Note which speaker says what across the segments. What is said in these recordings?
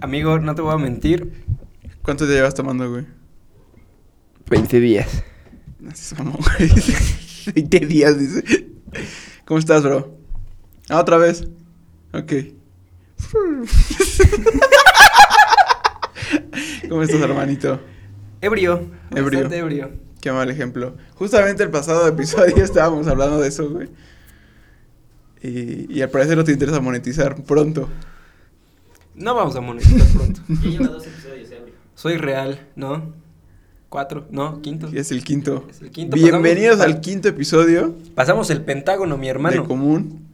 Speaker 1: Amigo, no te voy a mentir.
Speaker 2: ¿Cuánto te llevas tomando, güey?
Speaker 3: 20 días.
Speaker 2: No seas mamón, güey. 20 días, dice. ¿Cómo estás, bro? Ah, otra vez. Ok. ¿Cómo estás, hermanito?
Speaker 1: Ebrio.
Speaker 2: Ebrio.
Speaker 1: Bastante ebrio.
Speaker 2: Qué mal ejemplo. Justamente el pasado episodio estábamos hablando de eso, güey. Y, y al parecer no te interesa monetizar pronto.
Speaker 1: No vamos a monetizar pronto.
Speaker 4: Ya lleva dos episodios, ya, güey.
Speaker 1: Soy real, ¿no? Cuatro, ¿no? Quinto.
Speaker 2: Y es el quinto.
Speaker 1: Es el quinto,
Speaker 2: Bienvenidos
Speaker 1: pasamos-
Speaker 2: al quinto episodio
Speaker 1: Pasamos el Pentágono, mi
Speaker 2: de
Speaker 1: hermano.
Speaker 2: Común.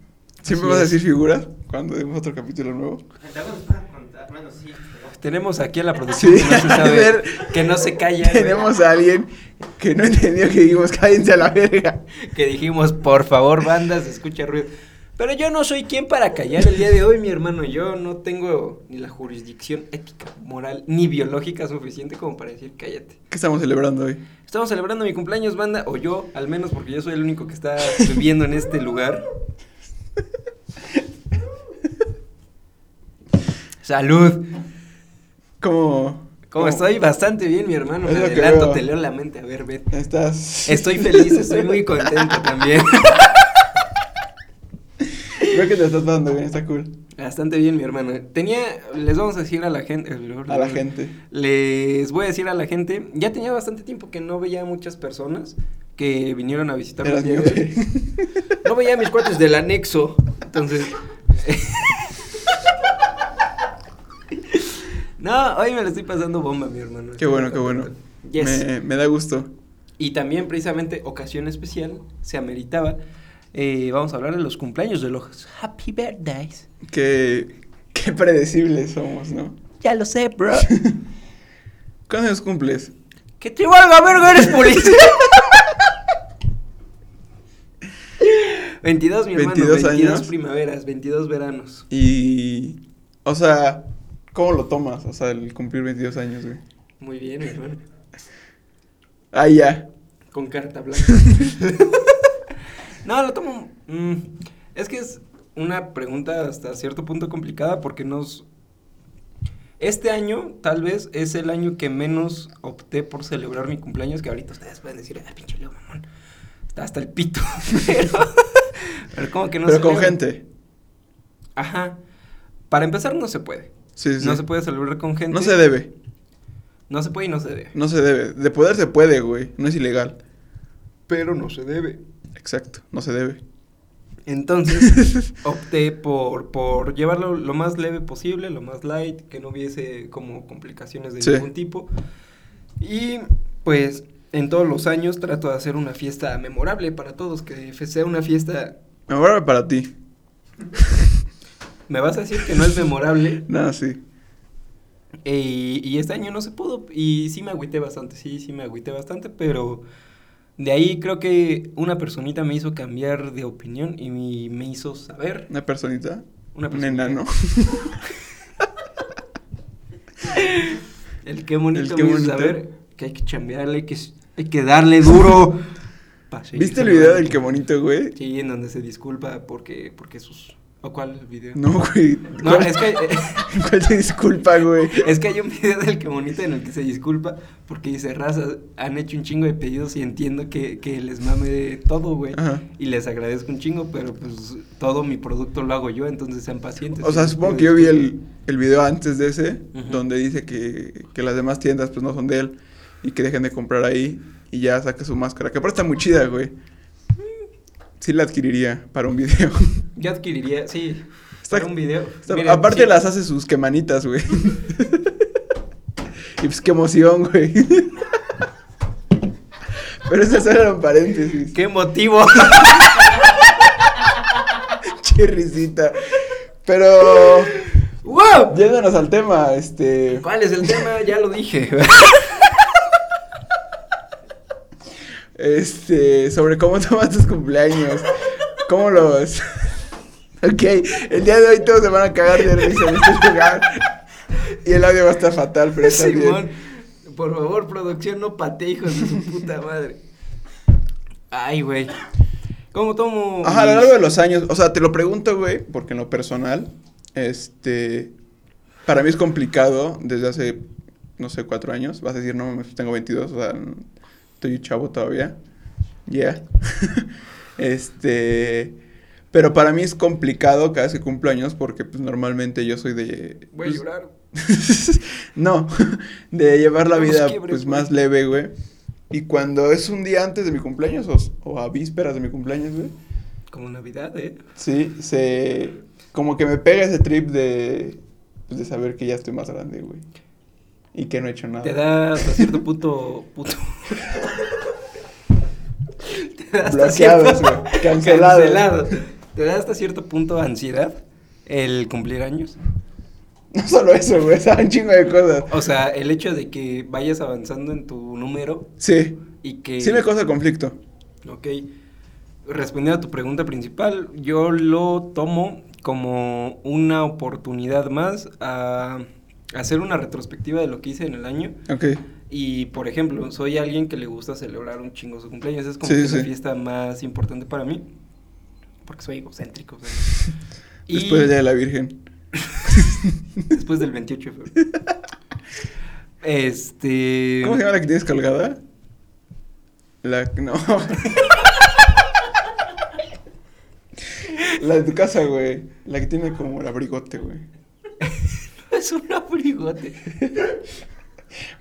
Speaker 2: Siempre
Speaker 1: Así
Speaker 2: vas a
Speaker 1: es.
Speaker 2: decir figuras cuando demos otro capítulo nuevo.
Speaker 4: Pentágono es para contar. Bueno, sí. pero-
Speaker 1: Tenemos aquí a la producción que no se sabe,
Speaker 2: Ver,
Speaker 1: que no se calla, güey.
Speaker 2: Tenemos a alguien que no entendió que dijimos cállense a la verga.
Speaker 1: que dijimos, por favor, bandas, escucha ruido. Pero yo no soy quien para callar el día de hoy, mi hermano. Yo no tengo ni la jurisdicción ética, moral, ni biológica suficiente como para decir cállate.
Speaker 2: ¿Qué estamos celebrando hoy?
Speaker 1: Estamos celebrando mi cumpleaños, banda, o yo, al menos porque yo soy el único que está viviendo en este lugar. Salud.
Speaker 2: ¿Cómo?
Speaker 1: Como estoy bastante bien, mi hermano. Me
Speaker 2: Es lo que
Speaker 1: adelanto,
Speaker 2: veo.
Speaker 1: te leo la mente. A ver, ve.
Speaker 2: Estás.
Speaker 1: Estoy feliz, estoy muy contento también.
Speaker 2: Creo que te estás dando bien, está cool.
Speaker 1: Bastante bien, mi hermano. Tenía, les vamos a decir a la gente.
Speaker 2: A la gente.
Speaker 1: Les voy a decir a la gente, ya tenía bastante tiempo que no veía a muchas personas que vinieron a visitarme.
Speaker 2: Eras
Speaker 1: el día de hoy.
Speaker 2: miope.
Speaker 1: No veía a mis cuates del anexo. Entonces. no, hoy me lo estoy pasando bomba, mi hermano.
Speaker 2: Qué bueno, qué bueno.
Speaker 1: Yes.
Speaker 2: Me, me da gusto.
Speaker 1: Y también, precisamente, ocasión especial se ameritaba. Eh, vamos a hablar de los cumpleaños, de los happy birthdays.
Speaker 2: Qué, qué predecibles somos, ¿no?
Speaker 1: Ya lo sé, bro.
Speaker 2: ¿Cuándo nos cumples?
Speaker 1: que te valga verga, eres policía. 22, mi hermano.
Speaker 2: 22
Speaker 1: 22
Speaker 2: años.
Speaker 1: primaveras, 22 veranos.
Speaker 2: Y. O sea, ¿cómo lo tomas? O sea, el cumplir 22 años, güey.
Speaker 1: Muy bien, mi hermano.
Speaker 2: Ah, ya.
Speaker 1: Con carta blanca. no, lo tomo. mm, es que es una pregunta hasta cierto punto complicada porque nos. Este año, tal vez, es el año que menos opté por celebrar mi cumpleaños. Que ahorita ustedes pueden decir, ah, pinche Leo, mamón. Está hasta el pito. pero. pero como que no
Speaker 2: Pero con
Speaker 1: celebro.
Speaker 2: gente.
Speaker 1: Ajá. Para empezar, no se puede.
Speaker 2: Sí, sí.
Speaker 1: No se puede celebrar con gente.
Speaker 2: No se debe.
Speaker 1: No se puede y no se debe.
Speaker 2: No se debe. De poder se puede, güey. No es ilegal.
Speaker 1: Pero no se debe.
Speaker 2: Exacto. No se debe.
Speaker 1: Entonces opté por, por llevarlo lo más leve posible, lo más light, que no hubiese como complicaciones de
Speaker 2: Sí.
Speaker 1: ningún tipo. Y pues en todos los años trato de hacer una fiesta memorable para todos, que fe- sea una fiesta...
Speaker 2: Memorable para ti.
Speaker 1: Me vas a decir que no es memorable.
Speaker 2: Nada, sí.
Speaker 1: E- y este año no se pudo. Y sí me agüité bastante, sí, sí me agüité bastante, pero de ahí creo que una personita me hizo cambiar de opinión y me, me hizo saber.
Speaker 2: Una personita.
Speaker 1: Una
Speaker 2: Un
Speaker 1: persona.
Speaker 2: enano.
Speaker 1: El qué bonito,
Speaker 2: El qué
Speaker 1: me hizo
Speaker 2: bonito.
Speaker 1: saber que hay que chambearle, hay que, s- hay que darle duro. pa' seguir
Speaker 2: ¿Viste el video
Speaker 1: salvando.
Speaker 2: del que bonito, güey?
Speaker 1: Sí, en donde se disculpa porque, porque sus... ¿O cuál video?
Speaker 2: No, güey.
Speaker 1: No,
Speaker 2: ¿Cuál-
Speaker 1: es que... eh,
Speaker 2: ¿Cuál te disculpa, güey?
Speaker 1: Es que hay un video del que bonito en el que se disculpa porque dice, raza, han hecho un chingo de pedidos y entiendo que, que les mame de todo, güey.
Speaker 2: Ajá.
Speaker 1: Y les agradezco un chingo, pero pues todo mi producto lo hago yo, entonces sean pacientes.
Speaker 2: O sea,
Speaker 1: Y
Speaker 2: supongo
Speaker 1: les
Speaker 2: que yo vi
Speaker 1: pido
Speaker 2: el, el video antes de ese,
Speaker 1: Ujú.
Speaker 2: donde dice que, que las demás tiendas pues no son de él y que dejen de comprar ahí y ya saca su máscara. Que aparte está muy chida, güey. Sí la adquiriría para un video.
Speaker 1: disculpas. Yo adquiriría, sí,
Speaker 2: Está-
Speaker 1: para un video.
Speaker 2: Está-
Speaker 1: Miren,
Speaker 2: aparte
Speaker 1: sí,
Speaker 2: las hace sus quemanitas, güey. y pues qué emoción, güey. Pero esas eran paréntesis.
Speaker 1: ¡Qué motivo!
Speaker 2: Qué risita. Pero...
Speaker 1: ¡Wow!
Speaker 2: Yéndonos al tema, este...
Speaker 1: ¿Cuál es el tema? Ya lo dije.
Speaker 2: Este, sobre cómo tomas tus cumpleaños. ¿Cómo los.? ok, el día de hoy todos se van a cagar de risa en este lugar. Y el audio va a estar fatal, pero está
Speaker 1: Simón,
Speaker 2: bien.
Speaker 1: por favor, producción, no patee, hijos de su puta madre. Ay, güey. ¿Cómo tomo?
Speaker 2: Ajá, a
Speaker 1: mis-
Speaker 2: lo largo de los años. O sea, te lo pregunto, güey, porque en lo personal, este. Para mí es complicado desde hace, no sé, cuatro años. Vas a decir, no, mames, tengo 22, o sea, n- estoy chavo todavía. Yeah. este. Pero para mí es complicado cada vez que cumplo años porque pues, normalmente yo soy de.
Speaker 1: Voy a
Speaker 2: pues,
Speaker 1: llorar.
Speaker 2: no, de llevar la
Speaker 1: No nos
Speaker 2: vida
Speaker 1: quiebres,
Speaker 2: pues
Speaker 1: güey.
Speaker 2: más leve, güey. Y cuando es un día antes de mi cumpleaños o, o a vísperas de mi cumpleaños, güey.
Speaker 1: Como Navidad, ¿eh?
Speaker 2: Sí, se... Como que me pega ese trip de... pues, de saber que ya estoy más grande, güey. Y que no he hecho nada.
Speaker 1: Te da hasta cierto punto... puto. Te da hasta
Speaker 2: Bloqueados,
Speaker 1: cierto-
Speaker 2: güey, cancelados.
Speaker 1: Cancelado. Te da hasta cierto punto ansiedad el cumplir años.
Speaker 2: No solo eso, güey. Saben un chingo de cosas.
Speaker 1: O sea, el hecho de que vayas avanzando en tu número
Speaker 2: Sí.
Speaker 1: y que...
Speaker 2: Sí me causa conflicto.
Speaker 1: Ok. Respondiendo a tu pregunta principal, yo lo tomo como una oportunidad más a hacer una retrospectiva de lo que hice en el año.
Speaker 2: Ok.
Speaker 1: Y, por ejemplo, soy alguien que le gusta celebrar un chingo su cumpleaños. Es como
Speaker 2: Sí,
Speaker 1: que
Speaker 2: sí.
Speaker 1: la fiesta más importante para mí. Porque soy egocéntrico. o sea. Y
Speaker 2: Después del Día de la Virgen.
Speaker 1: después del 28 de febrero. Este.
Speaker 2: ¿Cómo se llama la que tienes colgada? La... No. la de tu casa, güey. La que tiene como el abrigote, güey.
Speaker 1: Es un abrigote.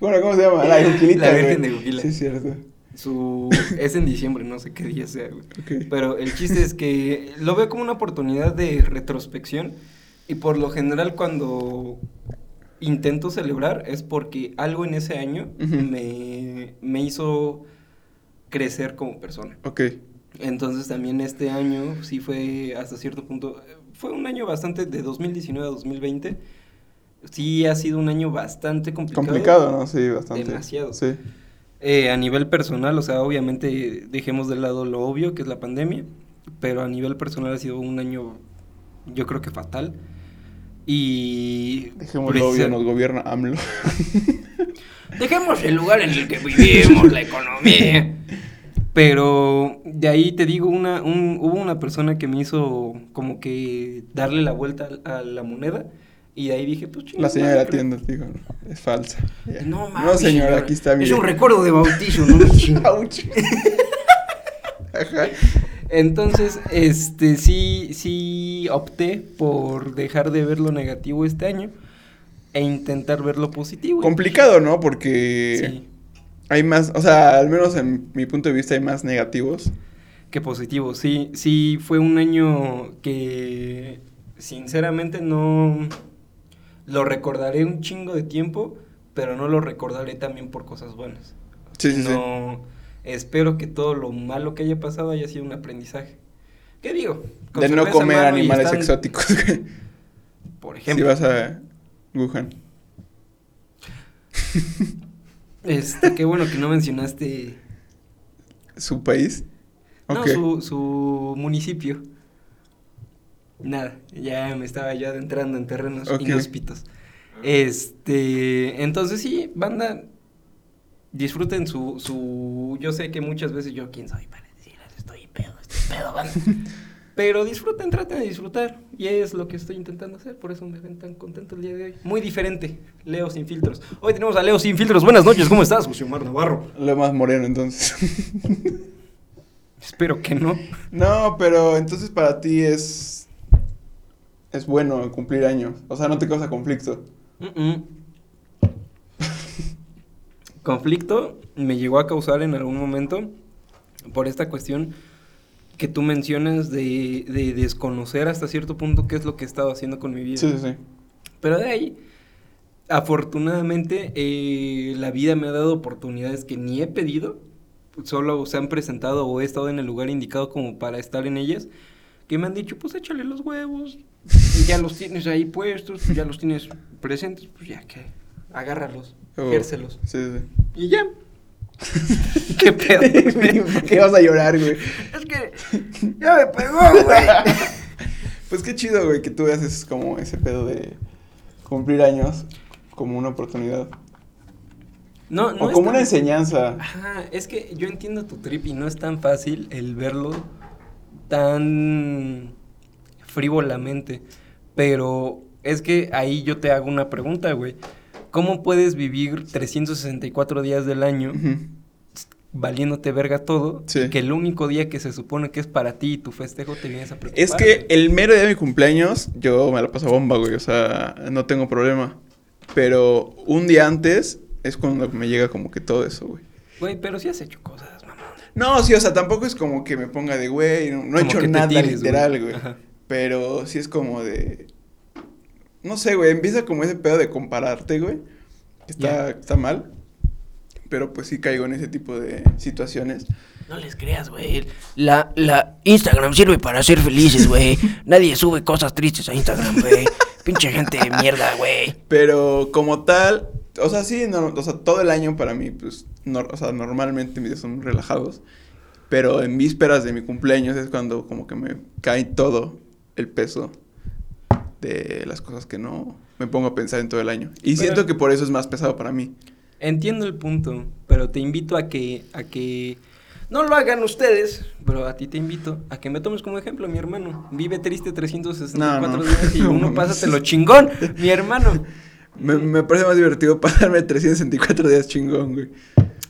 Speaker 2: Bueno, ¿cómo se llama? La de Juquilita,
Speaker 1: La Virgen
Speaker 2: güey.
Speaker 1: de Juquila.
Speaker 2: Sí, es cierto.
Speaker 1: Su... Es en diciembre, no sé qué día sea, güey.
Speaker 2: Ok.
Speaker 1: Pero el chiste es que lo veo como una oportunidad de retrospección y por lo general cuando intento celebrar es porque algo en ese año
Speaker 2: Ujú.
Speaker 1: me, me hizo crecer como persona.
Speaker 2: Ok.
Speaker 1: Entonces también este año sí fue hasta cierto punto, eh, fue un año bastante de 2019 a 2020, sí ha sido un año bastante complicado.
Speaker 2: Complicado, ¿no? Sí, bastante.
Speaker 1: Demasiado.
Speaker 2: Sí.
Speaker 1: Eh, a nivel personal, o sea, obviamente dejemos de lado lo obvio que es la pandemia, pero a nivel personal ha sido un año, yo creo que fatal. Y.
Speaker 2: Dejémoslo
Speaker 1: precisa-
Speaker 2: obvio, nos gobierna AMLO.
Speaker 1: Dejemos el lugar en el que vivimos, la economía. Pero de ahí te digo, una, un- hubo una persona que me hizo como que darle la vuelta a, a la moneda. Y de ahí dije, pues chingada
Speaker 2: La señora de
Speaker 1: madre,
Speaker 2: la
Speaker 1: creo-
Speaker 2: tienda, digo, no, es falsa. Ya.
Speaker 1: No, mames.
Speaker 2: No, señora, aquí está mi.
Speaker 1: Es un recuerdo de bautizo, no me chingues.
Speaker 2: Ouch. Ajá.
Speaker 1: Entonces, este, sí, sí opté por dejar de ver lo negativo este año e intentar ver lo positivo.
Speaker 2: Complicado, ¿no? Porque
Speaker 1: Sí,
Speaker 2: hay más, o sea, al menos en mi punto de vista hay más negativos.
Speaker 1: qué positivo. Sí, sí fue un año que sinceramente no lo recordaré un chingo de tiempo, pero no lo recordaré también por cosas buenas.
Speaker 2: Sí, sí, sí.
Speaker 1: no espero que todo lo malo que haya pasado haya sido un aprendizaje. ¿Qué digo? Con
Speaker 2: De no
Speaker 1: cerveza en
Speaker 2: comer
Speaker 1: mano y
Speaker 2: animales
Speaker 1: están-
Speaker 2: exóticos. güey.
Speaker 1: Por
Speaker 2: si
Speaker 1: ejemplo.
Speaker 2: vas a Wuhan.
Speaker 1: Este, qué bueno que no mencionaste
Speaker 2: ¿Su país? Ok.
Speaker 1: no, su, su municipio. Nada, ya me estaba yo adentrando en terrenos
Speaker 2: Ok.
Speaker 1: inhóspitos. Este, entonces sí, banda, disfruten su, su, yo sé que muchas veces yo, ¿quién soy para decirles? Estoy pedo, estoy pedo, banda. Pero disfruten, traten de disfrutar. Y es lo que estoy intentando hacer, por eso me ven tan contento el día de hoy. Muy diferente, Leo sin filtros. Hoy tenemos a Leo sin filtros. Buenas noches, ¿cómo estás, José Omar Navarro?
Speaker 2: Lo más moreno, entonces.
Speaker 1: Espero que no.
Speaker 2: No, pero entonces para ti es. Es bueno cumplir años. O sea, no te causa conflicto.
Speaker 1: Mm-mm. Conflicto me llegó a causar en algún momento por esta cuestión que tú mencionas de, de desconocer hasta cierto punto qué es lo que he estado haciendo con mi vida.
Speaker 2: Sí, sí, sí.
Speaker 1: Pero de ahí, afortunadamente, eh, la vida me ha dado oportunidades que ni he pedido, solo se han presentado o he estado en el lugar indicado como para estar en ellas, que me han dicho, pues échale los huevos, pues, ya los tienes ahí puestos, pues, ya los tienes presentes, pues ya que agárralos,
Speaker 2: Oh,
Speaker 1: ejércelos.
Speaker 2: Sí, sí,
Speaker 1: Y ya. ¿Qué pedo?
Speaker 2: sí. ¿Por qué vas a llorar, güey?
Speaker 1: es que ya me pegó, güey.
Speaker 2: Pues qué chido, güey, que tú haces como ese pedo de cumplir años como una oportunidad.
Speaker 1: No, Ah. no
Speaker 2: o
Speaker 1: es
Speaker 2: como una
Speaker 1: tan-
Speaker 2: enseñanza.
Speaker 1: Ajá, es que yo entiendo tu trip y no es tan fácil el verlo tan frívolamente, pero es que ahí yo te hago una pregunta, güey. ¿Cómo puedes vivir 364 días del año
Speaker 2: Ujú.
Speaker 1: valiéndote verga todo?
Speaker 2: Sí.
Speaker 1: Que el único día que se supone que es para ti y tu festejo te vienes a preocupar.
Speaker 2: Es que
Speaker 1: güey.
Speaker 2: el mero día de mi cumpleaños yo me la paso bomba, güey. O sea, no tengo problema. Pero un día antes es cuando me llega como que todo eso, güey.
Speaker 1: Güey, pero sí has hecho cosas, mamá.
Speaker 2: No, sí, o sea, tampoco es como que me ponga de güey. No, no he
Speaker 1: Como
Speaker 2: hecho
Speaker 1: que te
Speaker 2: nada
Speaker 1: tires,
Speaker 2: literal,
Speaker 1: güey.
Speaker 2: güey.
Speaker 1: Ajá.
Speaker 2: Pero sí es como de. No sé, güey. Empieza como ese pedo de compararte, güey. que Está, está mal. Pero pues sí caigo en ese tipo de situaciones.
Speaker 5: No les creas, güey. La, la Instagram sirve para ser felices, güey. Nadie sube cosas tristes a Instagram, güey. Pinche gente de mierda, güey.
Speaker 2: Pero como tal, o sea, sí, no, o sea, todo el año para mí, pues, nor- o sea, normalmente mis días son muy relajados. Pero en vísperas de mi cumpleaños es cuando como que me cae todo el peso de las cosas que no me pongo a pensar en todo el año. Y
Speaker 1: Pero-
Speaker 2: siento que por eso es más pesado para mí.
Speaker 1: Entiendo el punto, pero te invito a que, a que no lo hagan ustedes, pero a ti te invito a que me tomes como ejemplo, mi hermano. Vive triste 364
Speaker 2: No, no.
Speaker 1: días y
Speaker 2: No
Speaker 1: uno
Speaker 2: mames.
Speaker 1: pásatelo chingón, mi hermano.
Speaker 2: Me, me parece más divertido pasarme 364 días chingón, güey.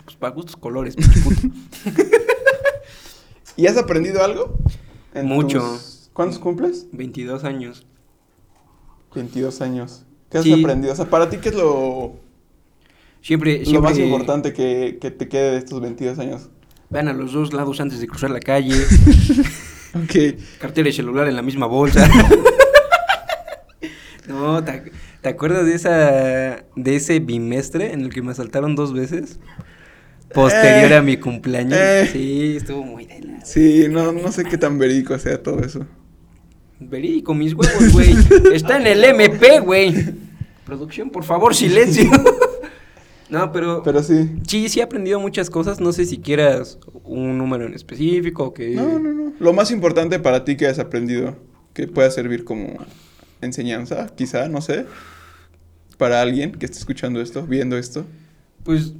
Speaker 1: Pues para gustos colores, pinche puto.
Speaker 2: ¿Y has aprendido algo? En
Speaker 1: Mucho.
Speaker 2: tus- ¿Cuántos cumples?
Speaker 1: 22 años.
Speaker 2: 22 años. ¿Qué has
Speaker 1: Sí.
Speaker 2: aprendido? O sea, para ti, ¿qué es lo,
Speaker 1: Siempre, siempre
Speaker 2: lo más importante que, que te quede de estos 22 años.
Speaker 1: Vean a los dos lados antes de cruzar la calle.
Speaker 2: Ok.
Speaker 1: Cartera y celular en la misma bolsa. no, ¿te, ac- te acuerdas de esa de ese bimestre en el que me asaltaron dos veces? Posterior
Speaker 2: Eh,
Speaker 1: a mi cumpleaños.
Speaker 2: eh.
Speaker 1: Sí, estuvo muy de la...
Speaker 2: Sí, no, no sé qué tan verídico sea todo eso.
Speaker 1: Verídico, mis huevos, güey. Está en el MP, güey. Producción, por favor, silencio. no, pero,
Speaker 2: Pero sí.
Speaker 1: sí, sí he aprendido muchas cosas. No sé si quieras un número en específico o que...
Speaker 2: No, no, no. Lo más importante para ti que has aprendido, que pueda servir como enseñanza, quizá, no sé, para alguien que esté escuchando esto, viendo esto.
Speaker 1: Pues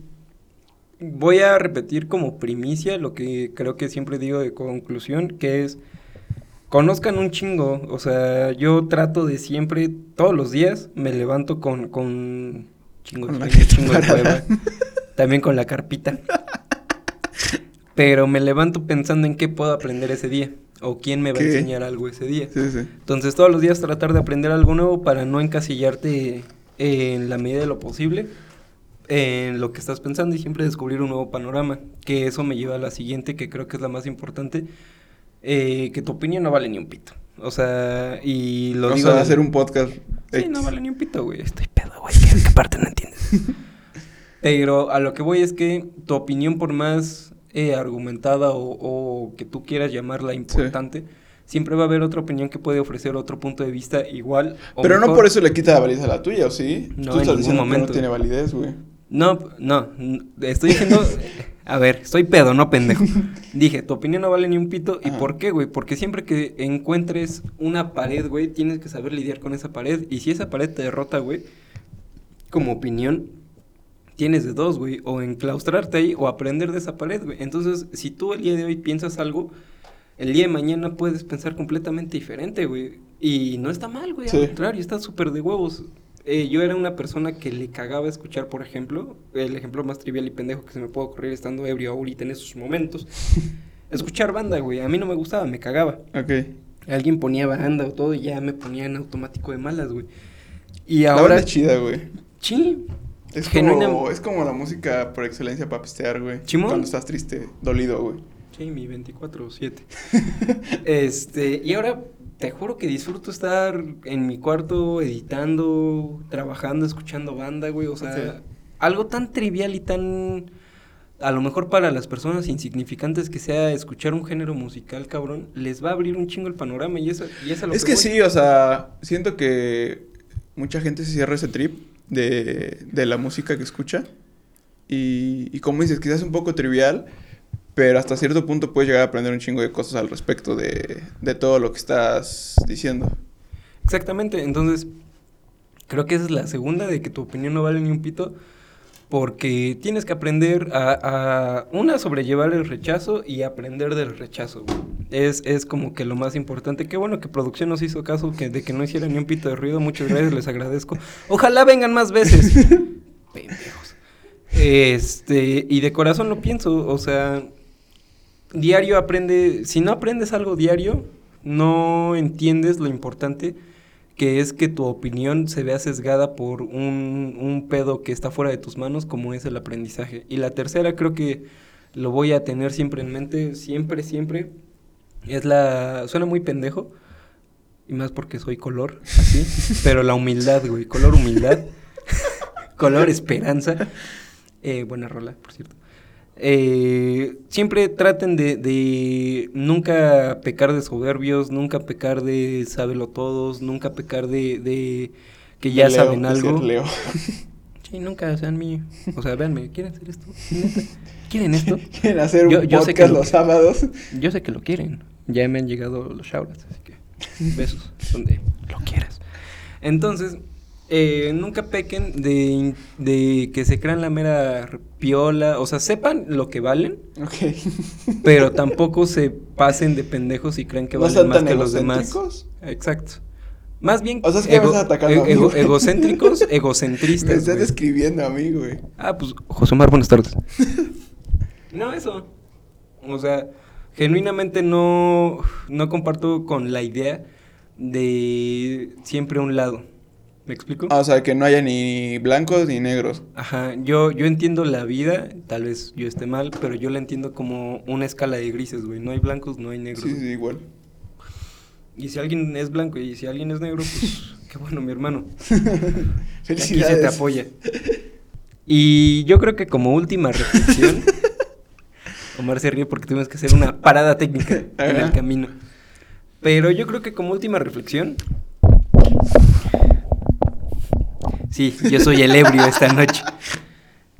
Speaker 1: voy a repetir como primicia lo que creo que siempre digo de conclusión, que es conozcan un chingo. O sea, yo trato de siempre, todos los días, me levanto con, con chingo, de
Speaker 2: Con la
Speaker 1: sueño,
Speaker 2: jeta
Speaker 1: chingo de
Speaker 2: parada.
Speaker 1: hueva. También con la carpita. Pero me levanto pensando en qué puedo aprender ese día o quién me va
Speaker 2: Ok.
Speaker 1: a enseñar algo ese día.
Speaker 2: Sí, sí.
Speaker 1: Entonces todos los días tratar de aprender algo nuevo para no encasillarte en la medida de lo posible en lo que estás pensando y siempre descubrir un nuevo panorama. Que eso me lleva a la siguiente, que creo que es la más importante, eh, que tu opinión no vale ni un pito. O sea, y lo
Speaker 2: Vamos
Speaker 1: digo...
Speaker 2: a
Speaker 1: desde-
Speaker 2: hacer un podcast.
Speaker 1: Sí,
Speaker 2: X.
Speaker 1: no vale ni un pito, güey. este. Estoy
Speaker 5: Pedo, güey. ¿Qué, qué parte no entiendes?
Speaker 1: Pero a lo que voy es que tu opinión, por más eh, argumentada o, o que tú quieras llamarla importante, siempre va a haber otra opinión que puede ofrecer otro punto de vista igual. o
Speaker 2: Pero no
Speaker 1: mejor.
Speaker 2: por eso le quita la validez a la tuya, ¿o sí?
Speaker 1: No, en
Speaker 2: Tú estás
Speaker 1: ningún
Speaker 2: diciendo que no
Speaker 1: momento.
Speaker 2: tiene validez, güey.
Speaker 1: No, p- no, n- estoy diciendo, a ver, estoy pedo, no pendejo. Dije, tu opinión no vale ni un pito, ¿y
Speaker 2: Ajá.
Speaker 1: por qué, güey? Porque siempre que encuentres una pared, güey, tienes que saber lidiar con esa pared, y si esa pared te derrota, güey, como opinión, tienes de dos, güey, o enclaustrarte ahí o aprender de esa pared, güey. Entonces, si tú el día de hoy piensas algo, el día de mañana puedes pensar completamente diferente, güey. Y no está mal, güey,
Speaker 2: Sí.
Speaker 1: al contrario, está súper de huevos. Eh, yo era una persona que le cagaba escuchar, por ejemplo, el ejemplo más trivial y pendejo que se me puede ocurrir estando ebrio ahorita en esos momentos. Escuchar banda, güey, a mí no me gustaba, me cagaba.
Speaker 2: Ok.
Speaker 1: Alguien ponía banda o todo y ya me ponía en automático de malas, güey. Y
Speaker 2: La banda
Speaker 1: ahora...
Speaker 2: es chida, güey.
Speaker 1: Sí,
Speaker 2: Es
Speaker 1: Genuina-
Speaker 2: como, es como la música por excelencia para pistear, güey.
Speaker 1: Simón.
Speaker 2: Cuando estás triste, dolido, güey.
Speaker 1: Sí, mi 24-7. este, y ahora te juro que disfruto estar en mi cuarto editando, trabajando, escuchando banda, güey. O sea,
Speaker 2: Sí.
Speaker 1: algo tan trivial y tan. A lo mejor para las personas insignificantes que sea escuchar un género musical, cabrón, les va a abrir un chingo el panorama y eso, y eso lo
Speaker 2: Es que
Speaker 1: voy.
Speaker 2: sí, o sea, siento que mucha gente se cierra ese trip de, de la música que escucha. Y, y como dices, quizás un poco trivial, pero hasta cierto punto puedes llegar a aprender un chingo de cosas al respecto de, de todo lo que estás diciendo.
Speaker 1: Exactamente, entonces creo que esa es la segunda de que tu opinión no vale ni un pito porque tienes que aprender a, a, una sobrellevar el rechazo y aprender del rechazo. güey. es, es como que lo más importante. Qué bueno que producción nos hizo caso que, de que no hiciera ni un pito de ruido. Muchas gracias, les agradezco. Ojalá vengan más veces. Pendejos. Este, y de corazón lo pienso, o sea, diario aprende, si no aprendes algo diario, no entiendes lo importante que es que tu opinión se vea sesgada por un, un pedo que está fuera de tus manos, como es el aprendizaje. Y la tercera creo que lo voy a tener siempre en mente, siempre, siempre. Es la... Suena muy pendejo, y más porque soy color, así. pero la humildad, güey, color humildad, color esperanza. Eh, buena rola, por cierto. Eh, siempre traten de, de nunca pecar de soberbios, nunca pecar de sábelo todos, nunca pecar de, de que ya
Speaker 2: Leo,
Speaker 1: saben
Speaker 2: decir
Speaker 1: algo.
Speaker 2: Leo.
Speaker 1: Sí, nunca sean mí. O sea, véanme, ¿quieren hacer esto? ¿Neta? ¿Quieren esto?
Speaker 2: Quieren hacer un
Speaker 1: Yo- yo sé que
Speaker 2: podcast
Speaker 1: lo-
Speaker 2: los sábados.
Speaker 1: Yo sé que lo quieren. Ya me han llegado los shoutouts, así que besos donde lo quieras. Entonces, eh, nunca pequen de, de que se crean la mera piola. O sea, sepan lo que valen,
Speaker 2: Ok.
Speaker 1: pero tampoco se pasen de pendejos y crean que
Speaker 2: ¿No
Speaker 1: valen
Speaker 2: son
Speaker 1: más
Speaker 2: tan
Speaker 1: que los demás.
Speaker 2: egocéntricos?
Speaker 1: Exacto. Más bien
Speaker 2: O sea, es que me estás atacando a mí, güey.
Speaker 1: egocéntricos,
Speaker 2: Me
Speaker 1: egocentristas.
Speaker 2: estás
Speaker 1: güey.
Speaker 2: describiendo a mí, güey.
Speaker 1: Ah, pues, José Omar, buenas tardes. no, eso. O sea, genuinamente no, no comparto con la idea de siempre a un lado. ¿Me explico?
Speaker 2: Ah, o sea, que no haya ni blancos ni negros.
Speaker 1: Ajá, yo, yo entiendo la vida, tal vez yo esté mal, pero yo la entiendo como una escala de grises, güey. No hay blancos, no hay negros.
Speaker 2: Sí,
Speaker 1: güey.
Speaker 2: sí, igual.
Speaker 1: Y si alguien es blanco y si alguien es negro, pues qué bueno, mi hermano. Y
Speaker 2: Felicidades.
Speaker 1: Aquí se te apoya. Y yo creo que como última reflexión, Omar se ríe porque tuvimos que hacer una parada técnica en el
Speaker 2: Ajá.
Speaker 1: camino. Pero yo creo que como última reflexión. Sí, yo soy el ebrio esta noche.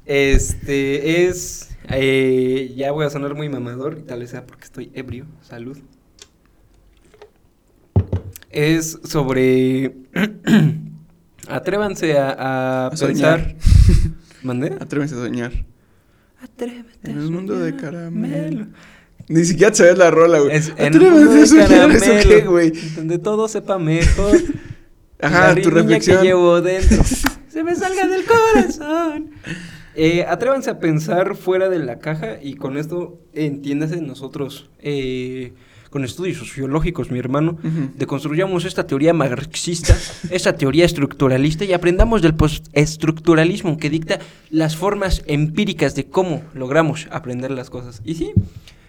Speaker 1: Este es. eh, ya voy a sonar muy mamador, y tal vez sea porque estoy ebrio. Salud. Es sobre. Atrévanse a, a
Speaker 2: A
Speaker 1: pensar.
Speaker 2: soñar.
Speaker 1: ¿Mandé?
Speaker 2: Atrévense a soñar.
Speaker 1: Atrévete.
Speaker 2: En el mundo de caramelo. Ni siquiera sabes la rola, güey.
Speaker 1: Es en un mundo
Speaker 2: Atrévete
Speaker 1: de
Speaker 2: a soñar. ¿Eso
Speaker 1: caramelo,
Speaker 2: qué, güey?
Speaker 1: Donde todo sepa mejor. la
Speaker 2: Ajá, tu
Speaker 1: riña
Speaker 2: reflexión.
Speaker 1: que llevo dentro. Se me salga del corazón. Eh, atrévanse a pensar fuera de la caja y con esto eh, entiéndase nosotros, eh, con estudios sociológicos, mi hermano,
Speaker 2: Ujú.
Speaker 1: deconstruyamos esta teoría marxista, esta teoría estructuralista y aprendamos del postestructuralismo que dicta las formas empíricas de cómo logramos aprender las cosas. Y sí,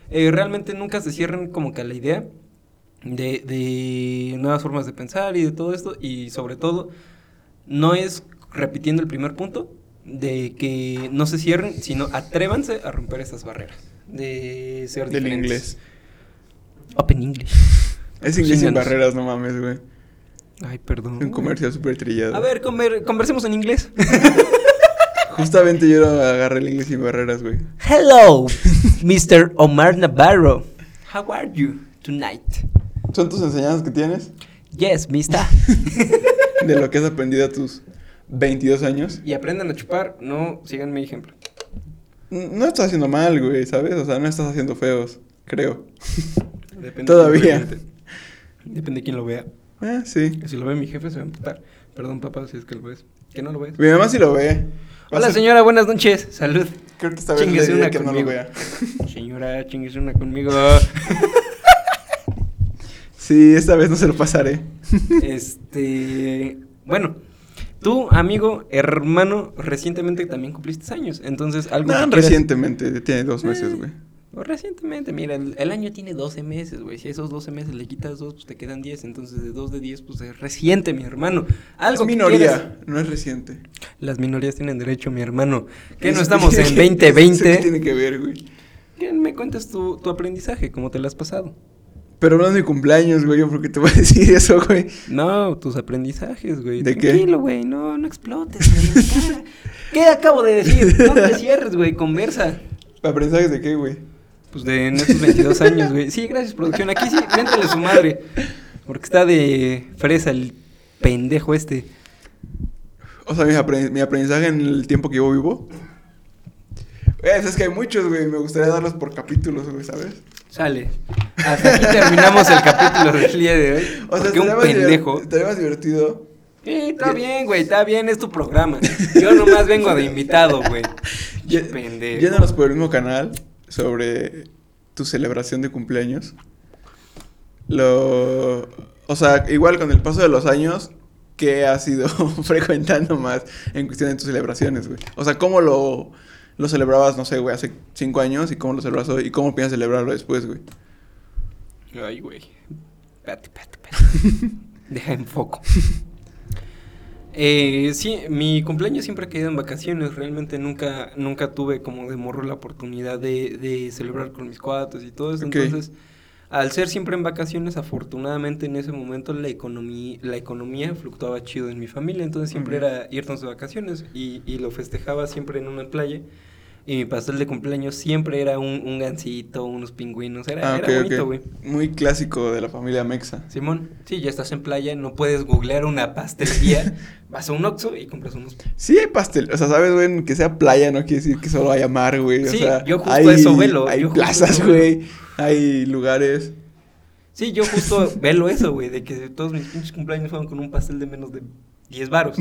Speaker 1: eh, realmente nunca se cierren como que a la idea de, de nuevas formas de pensar y de todo esto y sobre todo no es repitiendo el primer punto de que no se cierren, sino atrévanse a romper esas barreras de ser
Speaker 2: Del
Speaker 1: diferentes.
Speaker 2: inglés.
Speaker 1: Open English.
Speaker 2: Es inglés sin
Speaker 1: Síganos.
Speaker 2: barreras, no mames, güey.
Speaker 1: Ay, perdón.
Speaker 2: Un comercial súper trillado.
Speaker 1: A ver, comer- conversemos en inglés.
Speaker 2: Justamente yo agarré el inglés sin barreras, güey.
Speaker 1: Hello, Mr. Omar Navarro. How are you tonight?
Speaker 2: ¿Son tus enseñanzas que tienes?
Speaker 1: Yes, mister.
Speaker 2: De lo que has aprendido a tus 22 años.
Speaker 1: y aprendan a chupar, no sigan mi ejemplo.
Speaker 2: N- No estás haciendo mal, güey, ¿sabes? O sea, no estás haciendo feos, creo.
Speaker 1: Depende
Speaker 2: Todavía.
Speaker 1: de quién lo vea. Depende de quién lo vea.
Speaker 2: Ah, sí.
Speaker 1: Si lo ve mi jefe se va a emputar. Perdón, papá, si es que lo ves. Que no lo ves.
Speaker 2: Mi mamá sí lo ve. Va a
Speaker 1: Hola,
Speaker 2: ser-
Speaker 1: señora, buenas noches. Salud.
Speaker 2: Creo que esta vez
Speaker 1: Chingues
Speaker 2: le diré
Speaker 1: una
Speaker 2: que no lo
Speaker 1: conmigo.
Speaker 2: vea.
Speaker 1: Señora, chingues una conmigo.
Speaker 2: Sí, esta vez no se lo pasaré.
Speaker 1: este. Bueno, tú, amigo, hermano, recientemente también cumpliste años. Entonces, algo.
Speaker 2: No,
Speaker 1: que quieras-
Speaker 2: recientemente, tiene dos meses,
Speaker 1: Eh,
Speaker 2: güey.
Speaker 1: o recientemente, mira, el, el año tiene 12 meses, güey. Si a esos 12 meses le quitas dos, pues te quedan 10. Entonces, de 2 de 10, pues es reciente, mi hermano. Algo
Speaker 2: Es
Speaker 1: que
Speaker 2: minoría,
Speaker 1: quieras-
Speaker 2: no es reciente.
Speaker 1: Las minorías tienen derecho, mi hermano. Que no
Speaker 2: Eso
Speaker 1: estamos
Speaker 2: tiene
Speaker 1: en
Speaker 2: que- eso qué
Speaker 1: 2020.
Speaker 2: tiene que ver, güey?
Speaker 1: Que me cuentas tu, tu aprendizaje, cómo te lo has pasado.
Speaker 2: Pero no es mi cumpleaños, güey, yo porque te voy a decir eso, güey.
Speaker 1: No, tus aprendizajes, güey.
Speaker 2: ¿De qué?
Speaker 1: Tranquilo, güey. No, no explotes, güey. en la cara. ¿Qué acabo de decir? No te cierres, güey. Conversa.
Speaker 2: ¿Aprendizajes de qué, güey?
Speaker 1: Pues de en estos 22 años, güey. Sí, gracias, producción. Aquí sí, véntale a su madre. Porque está de fresa el pendejo este.
Speaker 2: O sea, mi, apren- mi aprendizaje en el tiempo que yo vivo. Eh, es que hay muchos, güey. Me gustaría darlos por capítulos, güey, ¿sabes?
Speaker 1: Sale. Hasta aquí terminamos el capítulo del día de hoy.
Speaker 2: O sea,
Speaker 1: porque un
Speaker 2: estaría más diver-
Speaker 1: pendejo.
Speaker 2: estaría más divertido.
Speaker 1: Eh, está bien, güey, está bien, es tu programa. Yo nomás vengo de invitado, güey. Qué
Speaker 2: Ye-
Speaker 1: pendejo.
Speaker 2: Yéndonos por el mismo canal sobre tu celebración de cumpleaños. Lo. O sea, igual con el paso de los años, ¿qué has ido frecuentando más en cuestión de tus celebraciones, güey? O sea, ¿cómo lo, lo celebrabas, no sé, güey, hace cinco años y cómo lo celebras hoy y cómo piensas celebrarlo después, güey?
Speaker 1: Ay, güey. Espérate, espérate, espérate. Deja en foco. Eh, sí, mi cumpleaños siempre ha caído en vacaciones. Realmente nunca, nunca tuve como de morro la oportunidad de, de celebrar con mis cuates y todo eso.
Speaker 2: Ok.
Speaker 1: Entonces, al ser siempre en vacaciones, afortunadamente en ese momento la economía, la economía fluctuaba chido en mi familia. Entonces siempre
Speaker 2: Ujú.
Speaker 1: era irnos de vacaciones y, y lo festejaba siempre en una playa. Y mi pastel de cumpleaños siempre era un, un gansito, unos pingüinos. Era,
Speaker 2: Ah,
Speaker 1: era
Speaker 2: ok, ok.
Speaker 1: bonito, güey.
Speaker 2: Muy clásico de la familia Mexa.
Speaker 1: Simón, sí, ya estás en playa, no puedes googlear una pastelería, vas a un Oxxo y compras unos...
Speaker 2: Sí hay pastel, o sea, sabes, güey, que sea playa no quiere decir que solo haya mar, güey.
Speaker 1: Sí,
Speaker 2: o sea,
Speaker 1: yo justo
Speaker 2: hay,
Speaker 1: eso velo,
Speaker 2: Hay
Speaker 1: yo justo
Speaker 2: plazas,
Speaker 1: eso
Speaker 2: güey, hay lugares.
Speaker 1: Sí, yo justo velo eso, güey, de que todos mis pinches cumpleaños fueron con un pastel de menos de 10 varos.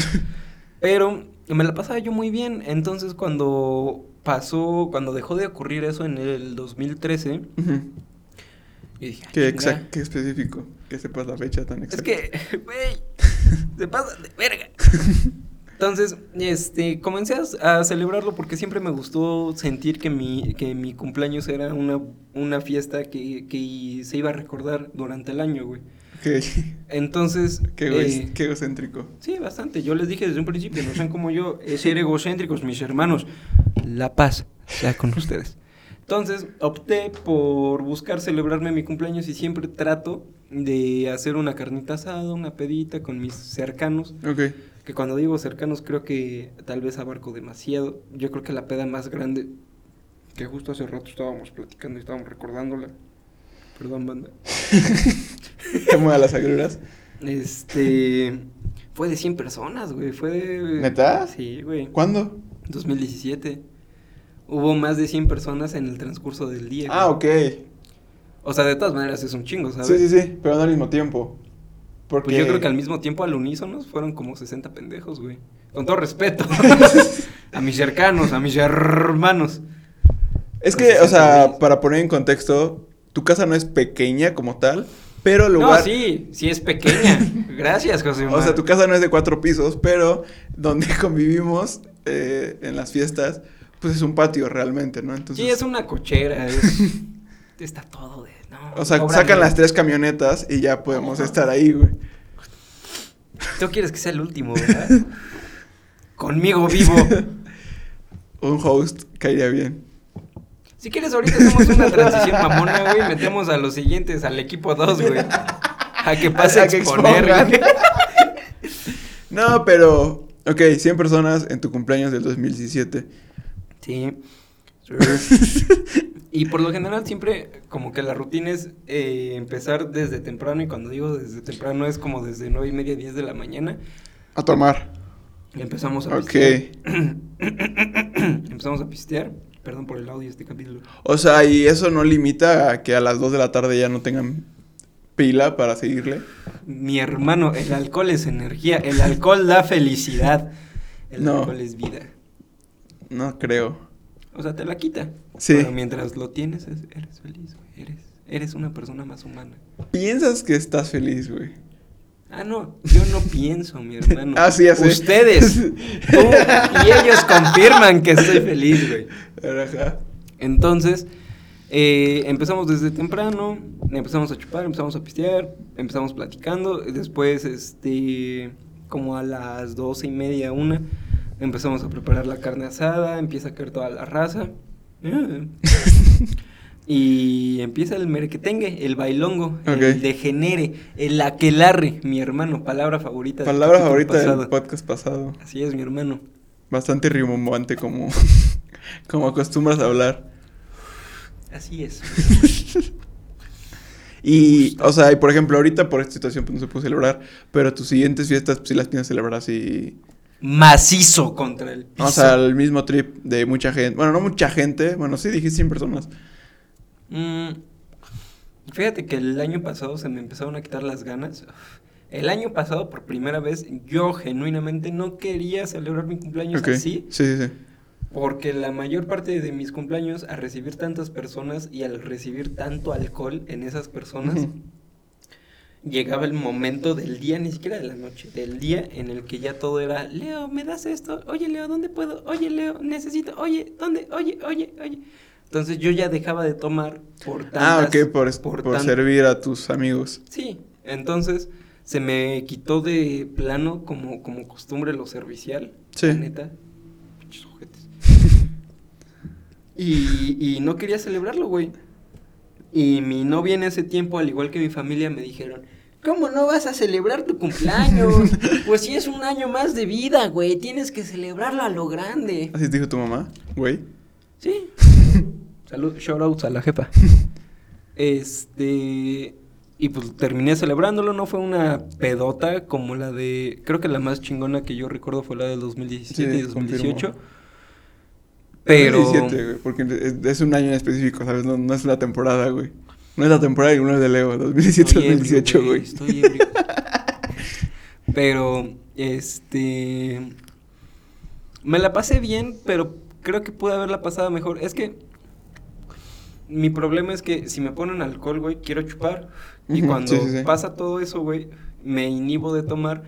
Speaker 1: Pero me la pasaba yo muy bien, entonces cuando pasó, cuando dejó de ocurrir eso en el 2013,
Speaker 2: Ujú.
Speaker 1: yo dije... "Ah,
Speaker 2: Qué,
Speaker 1: chinga".
Speaker 2: exacto, qué específico, que sepas la fecha tan
Speaker 1: Es
Speaker 2: exacta.
Speaker 1: que, güey, se pasa de verga. Entonces, este, comencé a, c- a celebrarlo porque siempre me gustó sentir que mi, que mi cumpleaños era una, una fiesta que, que se iba a recordar durante el año, güey.
Speaker 2: Ok,
Speaker 1: Entonces,
Speaker 2: Qué, güey,
Speaker 1: eh,
Speaker 2: qué egocéntrico.
Speaker 1: sí, bastante. Yo les dije desde un principio, no sean como yo, es ser egocéntricos, mis hermanos. La paz sea con ustedes. Entonces, opté por buscar celebrarme mi cumpleaños y siempre trato de hacer una carnita asada, una pedita con mis cercanos
Speaker 2: Ok,
Speaker 1: que cuando digo cercanos creo que tal vez abarco demasiado. Yo creo que la peda más grande que justo hace rato estábamos platicando y estábamos recordándola. Perdón, banda.
Speaker 2: ¿cómo a las agruras?
Speaker 1: Este fue de 100 personas, güey, fue de
Speaker 2: ¿Neta?
Speaker 1: Sí, güey.
Speaker 2: ¿Cuándo?
Speaker 1: 2017. Hubo más de 100 personas en el transcurso del día.
Speaker 2: Ah,
Speaker 1: güey.
Speaker 2: ok. Sí,
Speaker 1: O sea, de todas maneras es un chingo, ¿sabes?
Speaker 2: sí, sí, pero no al mismo tiempo. Porque
Speaker 1: Pues yo creo que al mismo tiempo al unísono fueron como 60 pendejos, güey. Con todo respeto. a mis cercanos, a mis hermanos.
Speaker 2: Es
Speaker 1: Con
Speaker 2: que, o
Speaker 1: 60
Speaker 2: sea,
Speaker 1: güeyes.
Speaker 2: para poner en contexto, tu casa no es pequeña como tal, pero el
Speaker 1: No,
Speaker 2: lugar...
Speaker 1: sí, sí es pequeña. Gracias, José Omar.
Speaker 2: O sea, tu casa no es de cuatro pisos, pero donde convivimos eh, en las fiestas, pues es un patio realmente, ¿no? Entonces,
Speaker 1: Sí, es una cochera. es- Está todo de... No,
Speaker 2: O sea,
Speaker 1: cóbrale.
Speaker 2: sacan las tres camionetas y ya podemos estar ahí, güey.
Speaker 1: Tú quieres que sea el último, ¿verdad? Conmigo vivo.
Speaker 2: Un host caería bien.
Speaker 1: Si quieres, ahorita hacemos una transición mamona, güey. Metemos a los siguientes, al equipo 2, güey. A que pase a,
Speaker 2: que
Speaker 1: exponer,
Speaker 2: expongan.
Speaker 1: güey.
Speaker 2: No, pero, ok, 100 personas en tu cumpleaños del 2017.
Speaker 1: Sí. y por lo general siempre como que la rutina es eh, empezar desde temprano y cuando digo desde temprano es como desde nueve y media, 10 de la mañana.
Speaker 2: A tomar.
Speaker 1: Y empezamos a
Speaker 2: Ok.
Speaker 1: empezamos a pistear. Perdón por el audio de este capítulo.
Speaker 2: O sea, y eso no limita a que a las 2 de la tarde ya no tengan pila para seguirle.
Speaker 1: Mi hermano, el alcohol es energía, el alcohol da felicidad. El
Speaker 2: No.
Speaker 1: alcohol es vida.
Speaker 2: No creo.
Speaker 1: O sea, te la quita.
Speaker 2: Sí.
Speaker 1: Pero mientras lo tienes, es- eres feliz, güey. Eres, eres una persona más humana.
Speaker 2: Piensas que estás feliz, güey.
Speaker 1: Ah, no, yo no pienso, mi hermano.
Speaker 2: Ah, sí, ya sé.
Speaker 1: Ustedes. tú y ellos confirman que estoy feliz, güey.
Speaker 2: Ajá.
Speaker 1: Entonces, eh, empezamos desde temprano, empezamos a chupar, empezamos a pistear, empezamos platicando. y Después, este, como a las doce y media, una, empezamos a preparar la carne asada, empieza a caer toda la raza. Eh. Y empieza el merequetengue, el bailongo,
Speaker 2: Ok.
Speaker 1: el degenere, el aquelarre, mi hermano, palabra favorita. del
Speaker 2: Palabra
Speaker 1: capítulo
Speaker 2: favorita del
Speaker 1: pasado.
Speaker 2: podcast pasado.
Speaker 1: Así es, mi hermano.
Speaker 2: Bastante rimbombante como, como acostumbras a hablar.
Speaker 1: Así es.
Speaker 2: Y, o sea, y por ejemplo, ahorita por esta situación pues, no se puede celebrar, pero tus siguientes fiestas pues, sí las piensas celebrar así.
Speaker 1: Macizo contra el piso.
Speaker 2: O sea, el mismo trip de mucha gente. Bueno, no mucha gente, bueno, sí dije 100 personas.
Speaker 1: Mm, Fíjate que el año pasado se me empezaron a quitar las ganas. Uf. El año pasado, por primera vez, yo genuinamente no quería celebrar mi cumpleaños
Speaker 2: Ok.
Speaker 1: así,
Speaker 2: Sí, sí, sí.
Speaker 1: porque la mayor parte de mis cumpleaños, al recibir tantas personas y al recibir tanto alcohol en esas personas,
Speaker 2: Ujú.
Speaker 1: llegaba el momento del día, ni siquiera de la noche, del día en el que ya todo era, Leo, ¿me das esto? Oye, Leo, ¿dónde puedo? Oye, Leo, necesito, oye, ¿dónde? Oye, oye, oye. Entonces yo ya dejaba de tomar por
Speaker 2: Ah,
Speaker 1: tantas...
Speaker 2: ok, por, es- por
Speaker 1: tan-
Speaker 2: servir a tus amigos.
Speaker 1: Sí, entonces se me quitó de plano como, como costumbre lo servicial.
Speaker 2: Sí.
Speaker 1: La neta. Pinches ojetes. y, y no quería celebrarlo, güey. Y mi novia en ese tiempo, al igual que mi familia, me dijeron. ¿Cómo no vas a celebrar tu cumpleaños? Pues si es un año más de vida, güey, tienes que celebrarlo a lo grande.
Speaker 2: Así te dijo tu mamá, güey.
Speaker 1: Sí. Salud, shoutouts a la jefa. Este. Y pues terminé celebrándolo, no fue una pedota como la de. Creo que la más chingona que yo recuerdo fue la del 2017
Speaker 2: Sí,
Speaker 1: y 2018.
Speaker 2: confirmo.
Speaker 1: Pero.
Speaker 2: 2017, güey, porque es, es un año en específico, ¿sabes? No, no es la temporada, güey. No es la temporada ninguno es de Leo, 2017
Speaker 1: Estoy ebrio,
Speaker 2: 2018, güey.
Speaker 1: Estoy ebrio. pero, este. Me la pasé bien, pero creo que pude haberla pasado mejor. Es que. Mi problema es que si me ponen alcohol, güey, quiero chupar. Y
Speaker 2: Ujú,
Speaker 1: cuando
Speaker 2: sí, sí, sí.
Speaker 1: pasa todo eso, güey, me inhibo de tomar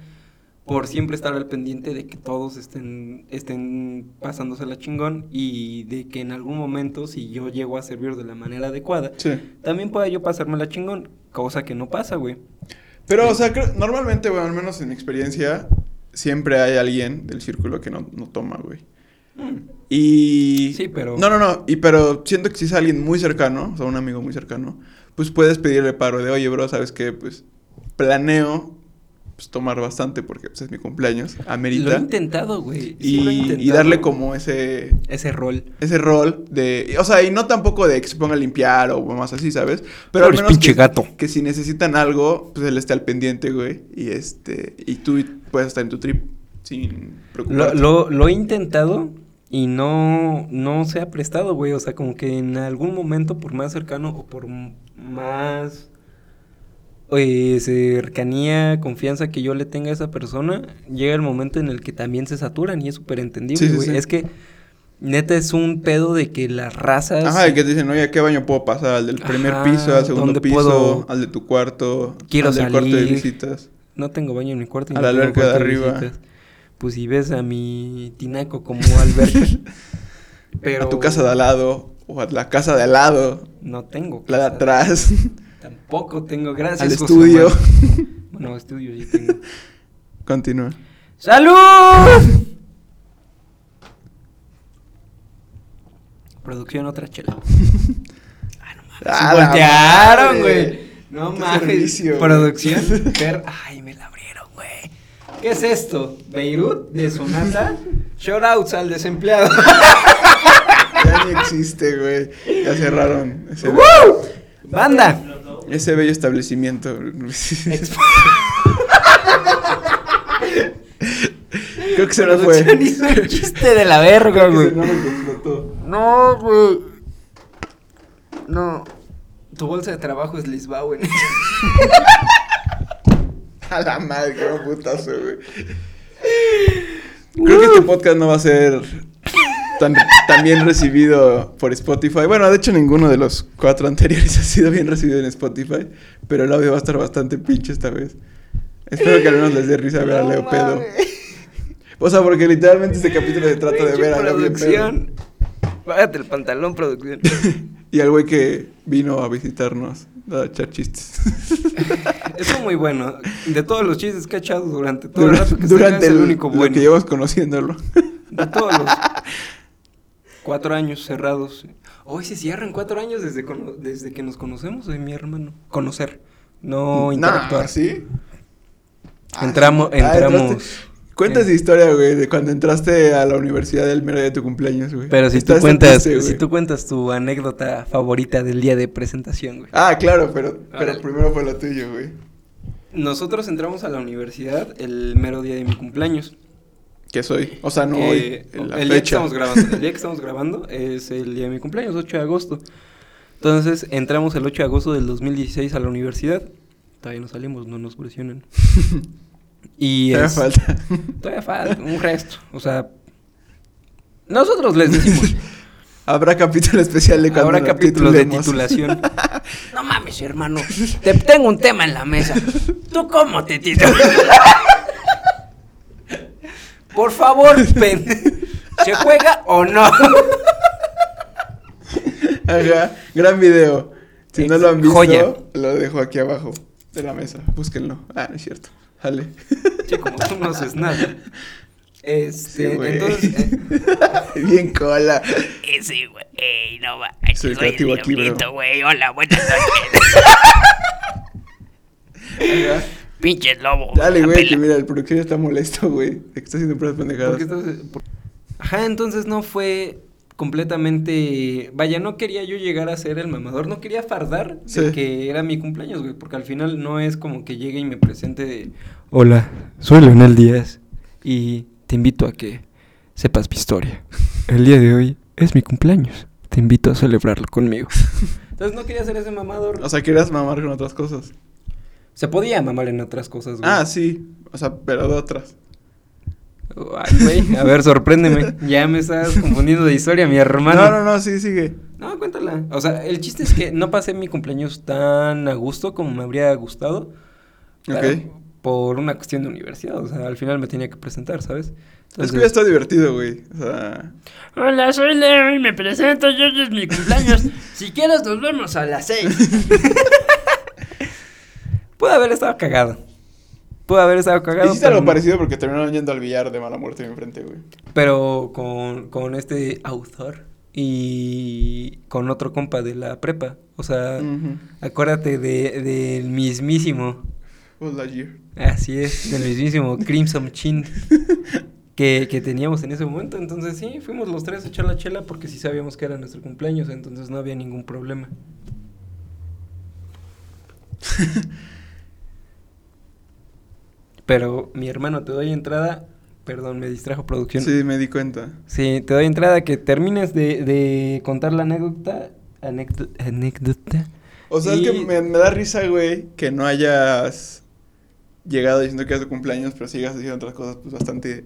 Speaker 1: por siempre estar al pendiente de que todos estén, estén pasándose la chingón y de que en algún momento, si yo llego a servir de la manera adecuada,
Speaker 2: Sí.
Speaker 1: también pueda yo pasármela chingón, cosa que no pasa, güey.
Speaker 2: Pero, o sea, creo- normalmente, güey, al menos en mi experiencia, siempre hay alguien del círculo que no, no toma, güey. Y...
Speaker 1: Sí, pero-
Speaker 2: No, no, no. Y pero siento que si es alguien muy cercano, o sea, un amigo muy cercano, pues puedes pedirle paro de, oye, bro, ¿sabes qué? Pues planeo pues, tomar bastante porque pues, es mi cumpleaños, amerita.
Speaker 1: Lo he intentado, güey.
Speaker 2: y,
Speaker 1: Sí lo he
Speaker 2: y
Speaker 1: intentado.
Speaker 2: darle como ese...
Speaker 1: ese rol.
Speaker 2: Ese rol de... y, O sea, y no tampoco de que se ponga a limpiar o más así, ¿sabes? Pero
Speaker 5: No
Speaker 2: al
Speaker 5: eres
Speaker 2: menos
Speaker 5: pinche
Speaker 2: que,
Speaker 5: gato.
Speaker 2: que si necesitan algo, pues él esté al pendiente, güey. Y este... Y tú puedes estar en tu trip sin
Speaker 1: Lo,
Speaker 2: preocuparte.
Speaker 1: lo, lo he intentado y no, no se ha prestado, güey. O sea, como que en algún momento, por más cercano o por m- más eh, cercanía, confianza que yo le tenga a esa persona, llega el momento en el que también se saturan y es súper entendible,
Speaker 2: Sí, sí,
Speaker 1: güey.
Speaker 2: sí.
Speaker 1: Es que neta es un pedo de que las razas...
Speaker 2: Ajá, y que te dicen, oye, ¿a qué baño puedo pasar? ¿Al del primer
Speaker 1: Ajá,
Speaker 2: piso, al segundo
Speaker 1: ¿dónde
Speaker 2: piso,
Speaker 1: puedo?
Speaker 2: al de tu cuarto,
Speaker 1: Quiero
Speaker 2: al del cuarto de
Speaker 1: salir.
Speaker 2: visitas?
Speaker 1: No tengo baño en mi cuarto. y
Speaker 2: A
Speaker 1: no
Speaker 2: la
Speaker 1: tengo
Speaker 2: alberca de
Speaker 1: cuarto
Speaker 2: arriba.
Speaker 1: visitas. Pues si ves a mi tinaco como alberca. pero
Speaker 2: A tu casa de al lado, o a la casa de al lado,
Speaker 1: No tengo.
Speaker 2: la de
Speaker 1: casa.
Speaker 2: atrás,
Speaker 1: Tampoco tengo. Gracias.
Speaker 2: al
Speaker 1: José
Speaker 2: estudio.
Speaker 1: Manuel. bueno, estudio sí tengo.
Speaker 2: Continúa.
Speaker 1: ¡Salud! Producción otra chela.
Speaker 2: Ah, la
Speaker 1: voltearon,
Speaker 2: madre.
Speaker 1: güey. No
Speaker 2: Qué
Speaker 1: mames.
Speaker 2: servicio, güey.
Speaker 1: Producción. Fer- Ay, me la abrieron, güey. ¿Qué es esto? ¿Beirut de Sonata? Shoutouts al desempleado.
Speaker 2: Ya ni existe, güey. Ya cerraron ese,
Speaker 1: Banda.
Speaker 2: ese bello establecimiento. Creo que se nos fue.
Speaker 1: Producción hizo un chiste de la verga,
Speaker 2: Creo que
Speaker 1: güey.
Speaker 2: se nos explotó.
Speaker 5: No, güey. No.
Speaker 1: Tu bolsa de trabajo es Lisboa,
Speaker 2: A la madre, qué buen putazo, güey. Creo que este podcast no va a ser tan, tan bien recibido por Spotify. Bueno, de hecho, ninguno de los cuatro anteriores ha sido bien recibido en Spotify. Pero el audio va a estar bastante pinche esta vez. Espero que al menos les dé risa ver a Leo pedo. O sea, porque literalmente este capítulo se trata de ver a Leo bien pedo.
Speaker 1: producción. Bájate el pantalón, producción.
Speaker 2: Y al güey que vino a visitarnos a echar chistes.
Speaker 1: Eso muy bueno. De todos los chistes que ha echado durante todo el
Speaker 2: durante
Speaker 1: rato que se
Speaker 2: durante
Speaker 1: es el
Speaker 2: el-
Speaker 1: único
Speaker 2: lo
Speaker 1: bueno.
Speaker 2: que llevamos conociéndolo.
Speaker 1: De todos los cuatro años cerrados. Hoy se cierran cuatro años desde, cono- desde que nos conocemos, eh, mi hermano. Conocer, no interactuar.
Speaker 2: Nah, ¿sí? Ah,
Speaker 1: Entramos,
Speaker 2: sí. Ah,
Speaker 1: entramos. Eh.
Speaker 2: entraste. Cuenta esa historia, güey, de cuando entraste a la universidad del mero día de tu cumpleaños, güey.
Speaker 1: Pero si
Speaker 2: Está
Speaker 1: tú
Speaker 2: ese
Speaker 1: cuentas,
Speaker 2: triste,
Speaker 1: si
Speaker 2: güey.
Speaker 1: tú cuentas tu anécdota favorita del día de presentación, güey.
Speaker 2: Ah, claro, pero, pero
Speaker 1: Órale.
Speaker 2: primero fue lo tuyo, güey.
Speaker 1: Nosotros entramos a la universidad el mero día de mi cumpleaños.
Speaker 2: ¿Qué soy? O sea, no
Speaker 1: Eh,
Speaker 2: hoy, en la
Speaker 1: el día que
Speaker 2: fecha.
Speaker 1: estamos grabando, el día que estamos grabando es el día de mi cumpleaños, 8 de agosto. Entonces entramos el 8 de agosto del 2016 a la universidad. Todavía no salimos, no nos presionan. Y
Speaker 2: Todavía
Speaker 1: es-
Speaker 2: falta.
Speaker 1: Todavía falta un resto. O sea, nosotros les decimos.
Speaker 2: Habrá capítulo especial de cuando
Speaker 1: Ahora
Speaker 2: lo
Speaker 1: capítulos pues, de
Speaker 2: titulemos.
Speaker 1: titulación.
Speaker 5: No mames, hermano. Te tengo un tema en la mesa. ¿Tú cómo te titulas?
Speaker 1: Por favor, pen. ¿Se juega o no?
Speaker 2: Ajá, gran video. Si no lo han visto,
Speaker 1: Joya.
Speaker 2: lo dejo aquí abajo de la mesa. Búsquenlo. Ah, no es cierto. Jale.
Speaker 1: Che, como tú no haces nada. Este,
Speaker 2: Sí, güey.
Speaker 1: entonces, eh,
Speaker 2: Bien cola.
Speaker 5: Ese güey, ey, no va.
Speaker 2: Soy
Speaker 5: Soy
Speaker 2: creativo
Speaker 5: el
Speaker 2: aquí, bro.
Speaker 5: diablito, güey. Hola, buenas noches.
Speaker 2: Ajá.
Speaker 5: Pinche lobo.
Speaker 2: Dale,
Speaker 5: la
Speaker 2: güey, que
Speaker 5: pela.
Speaker 2: mira, el productor ya está molesto, güey. de que está haciendo puras pendejadas.
Speaker 1: porque entonces- por- Ajá, entonces no fue completamente. Vaya, no quería yo llegar a ser el mamador. No quería fardar de
Speaker 2: Sí.
Speaker 1: que era mi cumpleaños, güey. Porque al final no es como que llegue y me presente de. Hola, soy Leonel Díaz. Y te invito a que sepas mi historia. El día de hoy es mi cumpleaños. Te invito a celebrarlo conmigo. Entonces no quería ser ese mamador.
Speaker 2: O sea, querías mamar con otras cosas.
Speaker 1: Se podía mamar en otras cosas, güey.
Speaker 2: Ah, sí. O sea, pero de otras.
Speaker 1: Ay, güey. A ver, sorpréndeme. Ya me estás confundiendo de historia, mi hermano.
Speaker 2: No, no, no, sí, sigue.
Speaker 1: No, cuéntala. O sea, el chiste es que no pasé mi cumpleaños tan a gusto como me habría gustado. pero
Speaker 2: Ok.
Speaker 1: Por una cuestión de universidad. O sea, al final me tenía que presentar, ¿sabes?
Speaker 2: Es que hubiera estado divertido, güey. O sea,
Speaker 5: Hola, soy Leo y me presento. Yo es mi cumpleaños. Si quieres, nos vemos a las seis.
Speaker 1: Pude haber estado cagado. Pude haber estado cagado.
Speaker 2: hiciste algo
Speaker 1: no.
Speaker 2: parecido porque terminaron yendo al billar de mala muerte enfrente, güey.
Speaker 1: Pero con, con este autor y con otro compa de la prepa. O sea,
Speaker 2: Ujú.
Speaker 1: acuérdate de- del mismísimo.
Speaker 2: Was that year.
Speaker 1: Así es, del mismísimo Crimson Chin que, que teníamos en ese momento. Entonces, sí, fuimos los tres a echar la chela porque sí sabíamos que era nuestro cumpleaños, entonces no había ningún problema. Pero, mi hermano, te doy entrada. Perdón, me distrajo producción.
Speaker 2: Sí, me di cuenta.
Speaker 1: Sí, te doy entrada que termines de, de contar la anécdota. anécdo- Anécdota.
Speaker 2: O sea, es que
Speaker 1: Y-
Speaker 2: me, me da risa, güey, que no hayas llegado diciendo que era tu cumpleaños, pero sigas diciendo otras cosas pues bastante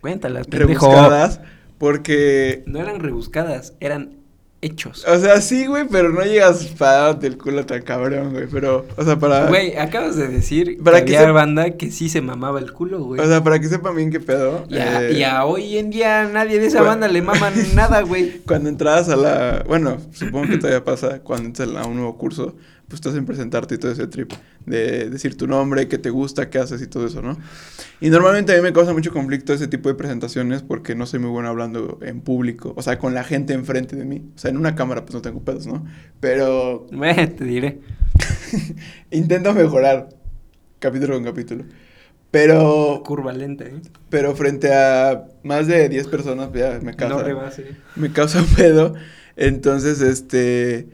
Speaker 1: Cuéntalas, pendejo.
Speaker 2: rebuscadas. Porque.
Speaker 1: No eran rebuscadas, eran hechos.
Speaker 2: O sea, sí, güey, pero no llegas para darte el culo tan cabrón, güey. Pero, o sea, para.
Speaker 1: Güey, acabas de decir
Speaker 2: Ah. Para
Speaker 1: que
Speaker 2: que
Speaker 1: había
Speaker 2: se-
Speaker 1: banda que sí se mamaba el culo, güey.
Speaker 2: O sea, para que sepan bien qué pedo.
Speaker 1: y, a,
Speaker 2: eh,
Speaker 1: y a hoy en día nadie de esa
Speaker 2: Güey.
Speaker 1: banda le mama nada, güey.
Speaker 2: Cuando entrabas a la. Bueno, supongo que todavía pasa. Cuando entras a un nuevo curso, pues estás en presentarte y todo ese trip. De decir tu nombre, qué te gusta, qué haces y todo eso, ¿no? Y normalmente a mí me causa mucho conflicto ese tipo de presentaciones porque no soy muy bueno hablando en público. O sea, con la gente enfrente de mí. O sea, en una cámara, pues no tengo pedos, ¿no? Pero
Speaker 1: Eh, te diré.
Speaker 2: intento mejorar capítulo con capítulo. Pero.
Speaker 1: Curva lenta, ¿eh?
Speaker 2: Pero frente a más de 10 personas, pues ya me causa.
Speaker 1: No rebase.
Speaker 2: me causa pedo. Entonces, este.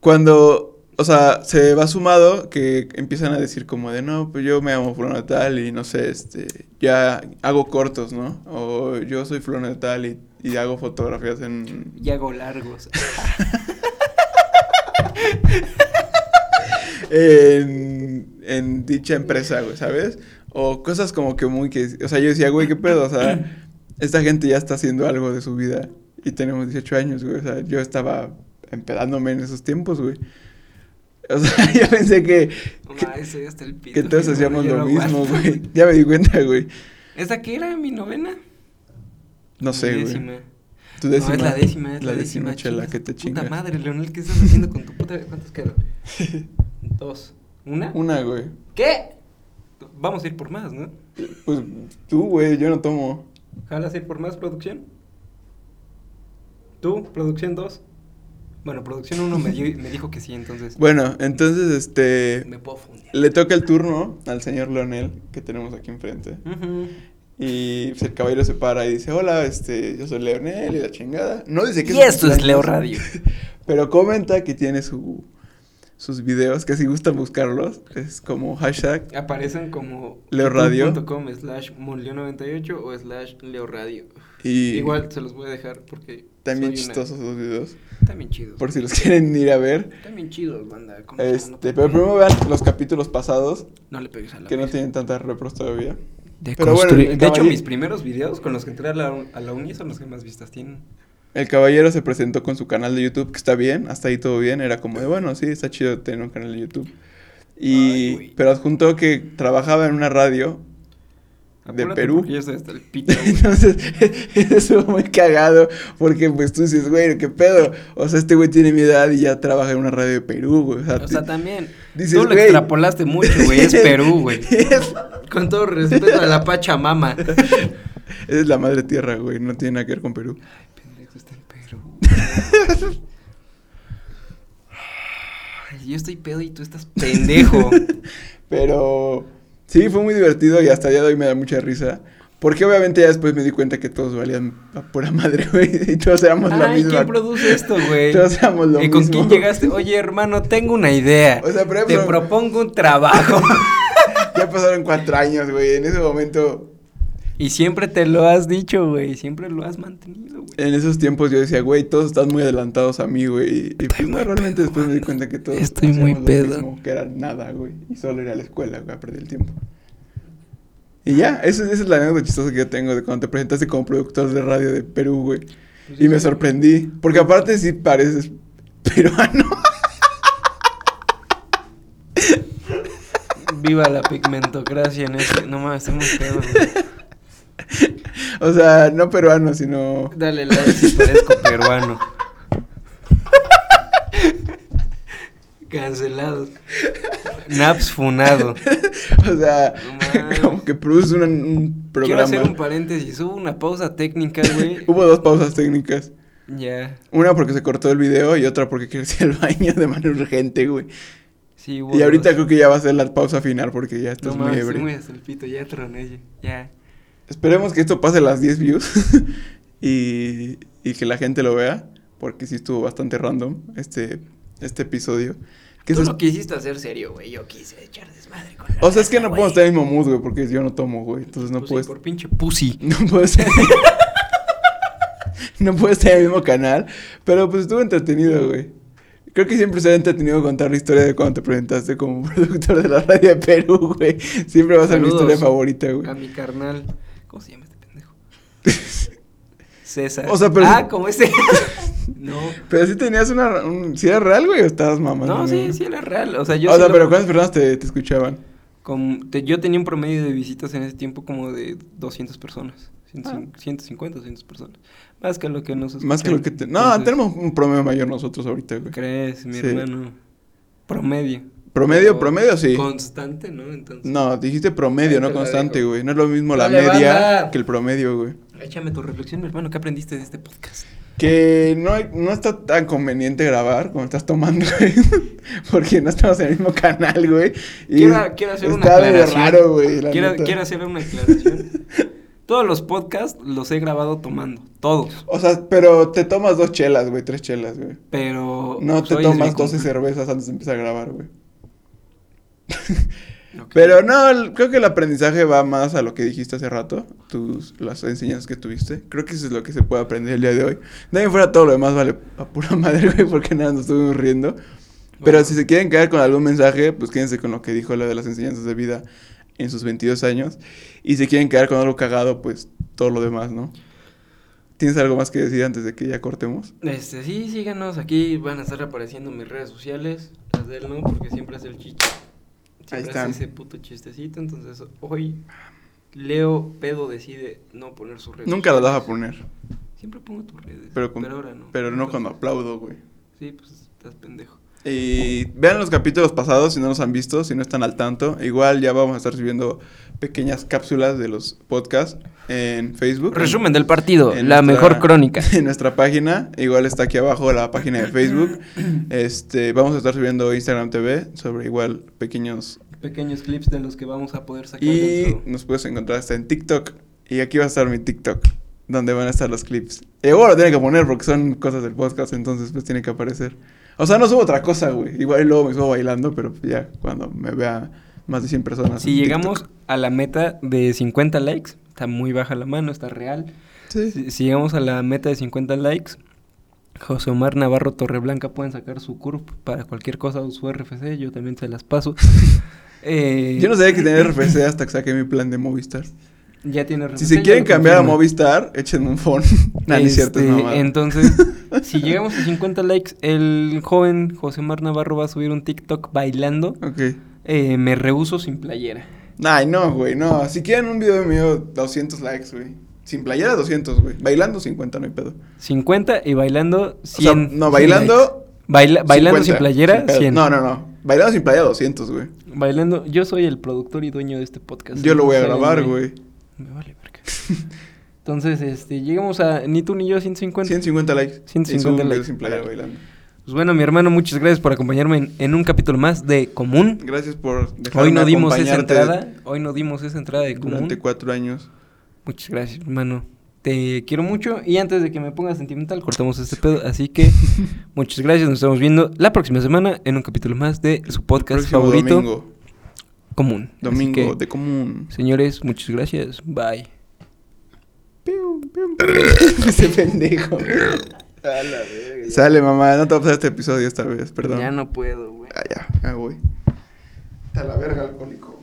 Speaker 2: Cuando. O sea, se va sumado que empiezan a decir como de no, pues yo me amo fulano de tal y no sé, este, ya hago cortos, ¿no? O yo soy fulano de tal y, y hago fotografías en...
Speaker 1: Y hago largos.
Speaker 2: en, en dicha empresa, güey, ¿sabes? O cosas como que muy que... O sea, yo decía, güey, ¿qué pedo? O sea, esta gente ya está haciendo algo de su vida y tenemos 18 años, güey. O sea, yo estaba empedándome en esos tiempos, güey. O sea, yo pensé que,
Speaker 1: No,
Speaker 2: que,
Speaker 1: eso ya está el pito.
Speaker 2: que todos
Speaker 1: mi amor,
Speaker 2: hacíamos
Speaker 1: ya
Speaker 2: lo
Speaker 1: no
Speaker 2: mismo,
Speaker 1: aguanto.
Speaker 2: güey. Ya me di cuenta, güey.
Speaker 1: ¿Esa qué era? ¿Mi novena?
Speaker 2: No
Speaker 1: Mi
Speaker 2: sé,
Speaker 1: décima.
Speaker 2: güey. Tu
Speaker 1: No,
Speaker 2: décima.
Speaker 1: es la décima, es la, décima.
Speaker 2: chela
Speaker 1: chingas
Speaker 2: que
Speaker 1: tu
Speaker 2: te chingas.
Speaker 1: Puta madre, Leonel, ¿qué estás haciendo con tu puta? ¿Cuántos quedan? Dos. ¿Una?
Speaker 2: Una, güey.
Speaker 1: ¿Qué? Vamos a ir por más, ¿no?
Speaker 2: Pues tú, güey, yo no tomo.
Speaker 1: ¿Jalas ir por más producción? ¿Tú? ¿Producción 2? Bueno, producción 1 me, dio- me dijo que sí, entonces
Speaker 2: Bueno, entonces, este...
Speaker 1: me puedo fundir.
Speaker 2: Le toca el turno al señor Leonel, que tenemos aquí enfrente.
Speaker 1: Ujú.
Speaker 2: Y pues, el caballero se para y dice, hola, este, yo soy Leonel y la chingada. No dice que...
Speaker 1: Y
Speaker 2: su
Speaker 1: esto es
Speaker 2: cumpleaños,
Speaker 1: Leo Radio.
Speaker 2: Pero comenta que tiene su, sus videos, que si gustan buscarlos, es como hashtag.
Speaker 1: Aparecen como
Speaker 2: Leo Radio.
Speaker 1: youtube.com slash monleo98 o slash leoradio.
Speaker 2: Y
Speaker 1: Igual se los voy a dejar porque
Speaker 2: También
Speaker 1: Soy una-
Speaker 2: chistosos los videos.
Speaker 1: También chidos.
Speaker 2: Por si los quieren ir a ver.
Speaker 1: También chidos, banda. ¿cómo se llama? No
Speaker 2: Este,
Speaker 1: te-
Speaker 2: pero primero vean los capítulos pasados
Speaker 1: No le pegues a la
Speaker 2: que no
Speaker 1: mesa.
Speaker 2: tienen tantas repros todavía.
Speaker 5: De
Speaker 2: Pero bueno,
Speaker 5: construir-
Speaker 2: el
Speaker 1: De hecho,
Speaker 2: caballero-
Speaker 1: mis primeros videos con los que entré a la, a la uni son los que más vistas tienen.
Speaker 2: El caballero se presentó con su canal de YouTube, que está bien, hasta ahí todo bien. Era como de, bueno, sí, está chido tener un canal de YouTube. Y,
Speaker 1: Ay, güey.
Speaker 2: pero adjuntó que trabajaba en una radio. De
Speaker 1: Apúrate,
Speaker 2: Perú.
Speaker 1: porque Yo estoy hasta el pito, güey.
Speaker 2: Entonces, eso estuvo muy cagado, porque pues tú dices, güey, qué pedo. O sea, este güey tiene mi edad y ya trabaja en una radio de Perú, güey. O sea,
Speaker 1: O
Speaker 2: ti-
Speaker 1: sea, también.
Speaker 2: dices,
Speaker 1: tú lo
Speaker 2: güey.
Speaker 1: extrapolaste mucho, güey. Es Perú, güey. Con todo respeto a la Pachamama.
Speaker 2: Esa es la madre tierra, güey, no tiene nada que ver con Perú.
Speaker 1: Pendejo, está en Perú. Yo estoy pedo y tú estás pendejo.
Speaker 2: Pero sí, fue muy divertido y hasta el día de hoy me da mucha risa. Porque obviamente ya después me di cuenta que todos valían a pura madre, güey. Y todos éramos la
Speaker 1: Ay,
Speaker 2: misma.
Speaker 1: ¿quién produce esto, güey?
Speaker 2: Todos éramos lo
Speaker 1: ¿Y con
Speaker 2: mismo.
Speaker 1: quién llegaste? Oye, hermano, tengo una idea.
Speaker 2: O sea, por
Speaker 1: Te
Speaker 2: ejemplo-
Speaker 1: propongo un trabajo.
Speaker 2: Ya pasaron cuatro años, güey. En ese momento,
Speaker 1: y siempre te lo has dicho, güey. Siempre lo has mantenido, güey.
Speaker 2: en esos tiempos yo decía, güey, todos están muy adelantados a mí, güey. Y pues no, realmente después me di cuenta que todos
Speaker 1: Estoy muy
Speaker 2: hacíamos lo
Speaker 1: pedo.
Speaker 2: mismo, que era nada, güey. Y solo ir a la escuela, güey, a perder el tiempo. Y ya, eso, esa es la anécdota chistosa que yo tengo de cuando te presentaste como productor de radio de Perú, güey. Y me sorprendí. Porque aparte sí pareces peruano.
Speaker 1: Viva la pigmentocracia en este. No mames, estoy muy pedo, güey.
Speaker 2: o sea, no peruano, sino...
Speaker 1: Dale like si parezco peruano. Cancelado. Naps funado.
Speaker 2: o sea,
Speaker 1: No mames.
Speaker 2: como que produces un, un
Speaker 1: Quiero
Speaker 2: programa.
Speaker 1: hacer un paréntesis. Hubo una pausa técnica, güey.
Speaker 2: Hubo dos pausas técnicas.
Speaker 1: ya.
Speaker 2: Una porque se cortó el video y otra porque quería ir al baño de manera urgente, güey.
Speaker 1: Sí, hubo
Speaker 2: Y ahorita
Speaker 1: dos.
Speaker 2: creo que ya va a ser la pausa final porque ya
Speaker 1: No
Speaker 2: estás muy
Speaker 1: mames, estoy
Speaker 2: ebrio.
Speaker 1: muy hasta el pito. Ya troné. Ya.
Speaker 2: Esperemos que esto pase las 10 views y, y que la gente lo vea porque sí estuvo bastante random este, este episodio. Que
Speaker 1: Tú
Speaker 2: eso es-
Speaker 1: lo quisiste hacer serio, güey. Yo quise echar desmadre con la
Speaker 2: O sea, es que no
Speaker 1: raza,
Speaker 2: puedo
Speaker 1: güey.
Speaker 2: estar en el mismo mood, güey, porque yo no tomo, güey. Entonces no
Speaker 1: Pues sí,
Speaker 2: puedes...
Speaker 1: por pinche pussy.
Speaker 2: No puedo estar... no puedo estar en el mismo canal, pero pues estuvo entretenido, güey. Creo que siempre será entretenido contar la historia de cuando te presentaste como productor de la radio de Perú, güey. Siempre va a ser mi
Speaker 1: Saludos
Speaker 2: historia favorita, güey.
Speaker 1: A mi carnal. ¿Cómo se llama este pendejo? César.
Speaker 2: O sea, pero-
Speaker 1: Ah, como ese. no.
Speaker 2: Pero si tenías una... Un... ¿Sí era real, güey, o estabas mamando?
Speaker 1: No, sí, sí era real. O sea, yo
Speaker 2: o
Speaker 1: sí
Speaker 2: sea,
Speaker 1: lo-
Speaker 2: pero ¿cuántas personas te, te escuchaban?
Speaker 1: como- te- yo tenía un promedio de visitas en ese tiempo como de 200 personas. 150, 150, 200 personas. Más que lo que nos
Speaker 2: Ah. Más que lo
Speaker 1: escuchan.
Speaker 2: que... Te... No,
Speaker 1: Entonces,
Speaker 2: tenemos un promedio mayor nosotros ahorita, güey.
Speaker 1: ¿Crees, mi
Speaker 2: Sí.
Speaker 1: hermano? Promedio.
Speaker 2: Promedio,
Speaker 1: Pero
Speaker 2: promedio, sí.
Speaker 1: Constante, ¿no? Entonces.
Speaker 2: No, dijiste promedio,
Speaker 1: Ahí
Speaker 2: no
Speaker 1: te la
Speaker 2: constante,
Speaker 1: dejo.
Speaker 2: güey. No es lo mismo la
Speaker 1: Dale,
Speaker 2: media
Speaker 1: banda.
Speaker 2: que el promedio, güey.
Speaker 1: Échame tu reflexión, mi hermano. ¿Qué aprendiste de este podcast?
Speaker 2: Que no, hay- no está tan conveniente grabar cuando estás tomando, güey. Porque no estamos en el mismo canal, güey. Y
Speaker 1: Quiero, quiero hacer una
Speaker 2: está medio
Speaker 1: aclaración.
Speaker 2: raro, güey. la
Speaker 1: Quiero,
Speaker 2: neta.
Speaker 1: quiero hacer una aclaración. Todos los podcasts los he grabado tomando. Todos.
Speaker 2: O sea, pero te tomas dos chelas, güey, tres chelas, güey.
Speaker 1: Pero.
Speaker 2: No
Speaker 1: pues,
Speaker 2: te
Speaker 1: hoy es mi
Speaker 2: tomas 12
Speaker 1: cumple.
Speaker 2: cervezas antes de empezar a grabar, güey.
Speaker 1: Ok.
Speaker 2: Pero no, el- creo que el aprendizaje va más a lo que dijiste hace rato, tus, las enseñanzas que tuviste. Creo que eso es lo que se puede aprender el día de hoy. De ahí en fuera todo lo demás vale a pura madre, güey, porque nada, nos estuvimos riendo. Pero
Speaker 1: Bueno,
Speaker 2: si se quieren quedar con algún mensaje, pues quédense con lo que dijo lo de las enseñanzas de vida en sus 22 años. Y si quieren quedar con algo cagado, pues todo lo demás, ¿no? ¿Tienes algo más que decir antes de que ya cortemos?
Speaker 1: Este, sí, síganos. Aquí van a estar apareciendo mis redes sociales. Las de él no, porque siempre hace el chiste. Siempre
Speaker 2: Ahí
Speaker 1: hace
Speaker 2: están.
Speaker 1: ese puto chistecito. Entonces, hoy Leo Pedo decide no poner sus redes
Speaker 2: Nunca las vas a
Speaker 1: sociales.
Speaker 2: poner,
Speaker 1: Siempre pongo tus redes.
Speaker 2: pero, con-
Speaker 1: ahora no.
Speaker 2: pero no
Speaker 1: Entonces,
Speaker 2: cuando aplaudo, güey.
Speaker 1: Sí, pues estás pendejo.
Speaker 2: Y vean los capítulos pasados si no los han visto, si no están al tanto. Igual ya vamos a estar subiendo pequeñas cápsulas de los podcasts en Facebook.
Speaker 1: Resumen del partido,
Speaker 2: En
Speaker 1: la
Speaker 2: nuestra-
Speaker 1: mejor crónica.
Speaker 2: En nuestra página, igual está aquí abajo la página de Facebook. Este, vamos a estar subiendo Instagram TV sobre igual pequeños
Speaker 1: Pequeños clips de los que vamos a poder sacar
Speaker 2: y
Speaker 1: dentro.
Speaker 2: nos puedes encontrar hasta en TikTok y aquí va a estar mi TikTok donde van a estar los clips. Y bueno, lo tiene que poner porque son cosas del podcast, entonces pues tiene que aparecer. O sea, no subo otra cosa, güey. Igual y luego me subo bailando, pero pues, ya cuando me vea más de 100 personas.
Speaker 1: Si
Speaker 2: en
Speaker 1: llegamos
Speaker 2: TikTok.
Speaker 1: a la meta de 50 likes, está muy baja la mano, está real.
Speaker 2: Sí.
Speaker 1: Si, si llegamos a la meta de 50 likes, José Omar Navarro Torreblanca pueden sacar su CURP para cualquier cosa o su RFC, yo también se las paso. Eh,
Speaker 2: Yo no sabía que tenía RFC hasta que saqué mi plan de Movistar.
Speaker 1: Ya tiene RFC.
Speaker 2: Si se
Speaker 1: ya
Speaker 2: quieren
Speaker 1: lo
Speaker 2: cambiar a
Speaker 1: confirmo.
Speaker 2: Movistar, échenme un phone. Nah, ni cierto, es
Speaker 1: Este,
Speaker 2: mamada.
Speaker 1: Entonces, si llegamos a 50 likes, el joven José Omar Navarro va a subir un TikTok bailando.
Speaker 2: Ok.
Speaker 1: eh, me rehuso sin playera.
Speaker 2: Ay, no, güey, no. Si quieren un video mío, 200 likes, güey. Sin playera, 200, güey. Bailando, 50, no hay pedo.
Speaker 1: 50 y bailando
Speaker 2: O sea,
Speaker 1: 100.
Speaker 2: no,
Speaker 1: 100 likes.
Speaker 2: bailando.
Speaker 1: Baila- bailando
Speaker 2: 50,
Speaker 1: sin playera,
Speaker 2: pedo.
Speaker 1: 100.
Speaker 2: No, no, no. Bailando sin playera, 200, güey.
Speaker 1: Bailando. Yo soy el productor y dueño de este podcast.
Speaker 2: Yo lo voy a
Speaker 1: Entonces,
Speaker 2: grabar,
Speaker 1: me-
Speaker 2: güey.
Speaker 1: Me vale, verga. Entonces, este, llegamos a ni tú ni yo a 150.
Speaker 2: 150 likes.
Speaker 1: 150
Speaker 2: Y subo un video
Speaker 1: likes.
Speaker 2: sin playera bailando.
Speaker 1: Pues bueno, mi hermano, muchas gracias por acompañarme en, en un capítulo más de Común.
Speaker 2: Gracias por dejarme
Speaker 1: Hoy no dimos esa
Speaker 2: acompañarte
Speaker 1: entrada. Hoy no dimos esa entrada de Común.
Speaker 2: Durante cuatro años.
Speaker 1: Muchas gracias, hermano. Te quiero mucho y antes de que me ponga sentimental, cortamos este pedo. Así que muchas gracias. Nos estamos viendo la próxima semana en un capítulo más de su podcast
Speaker 2: Próximo
Speaker 1: favorito
Speaker 2: Domingo.
Speaker 1: común. Así
Speaker 2: Domingo
Speaker 1: que,
Speaker 2: de común.
Speaker 1: Señores, muchas gracias. Bye.
Speaker 2: Ese pendejo. Sale, mamá. No te va a pasar este episodio esta vez, perdón.
Speaker 1: Ya no puedo, güey.
Speaker 2: Ah, ya, ya voy. Está la verga, alcohólico.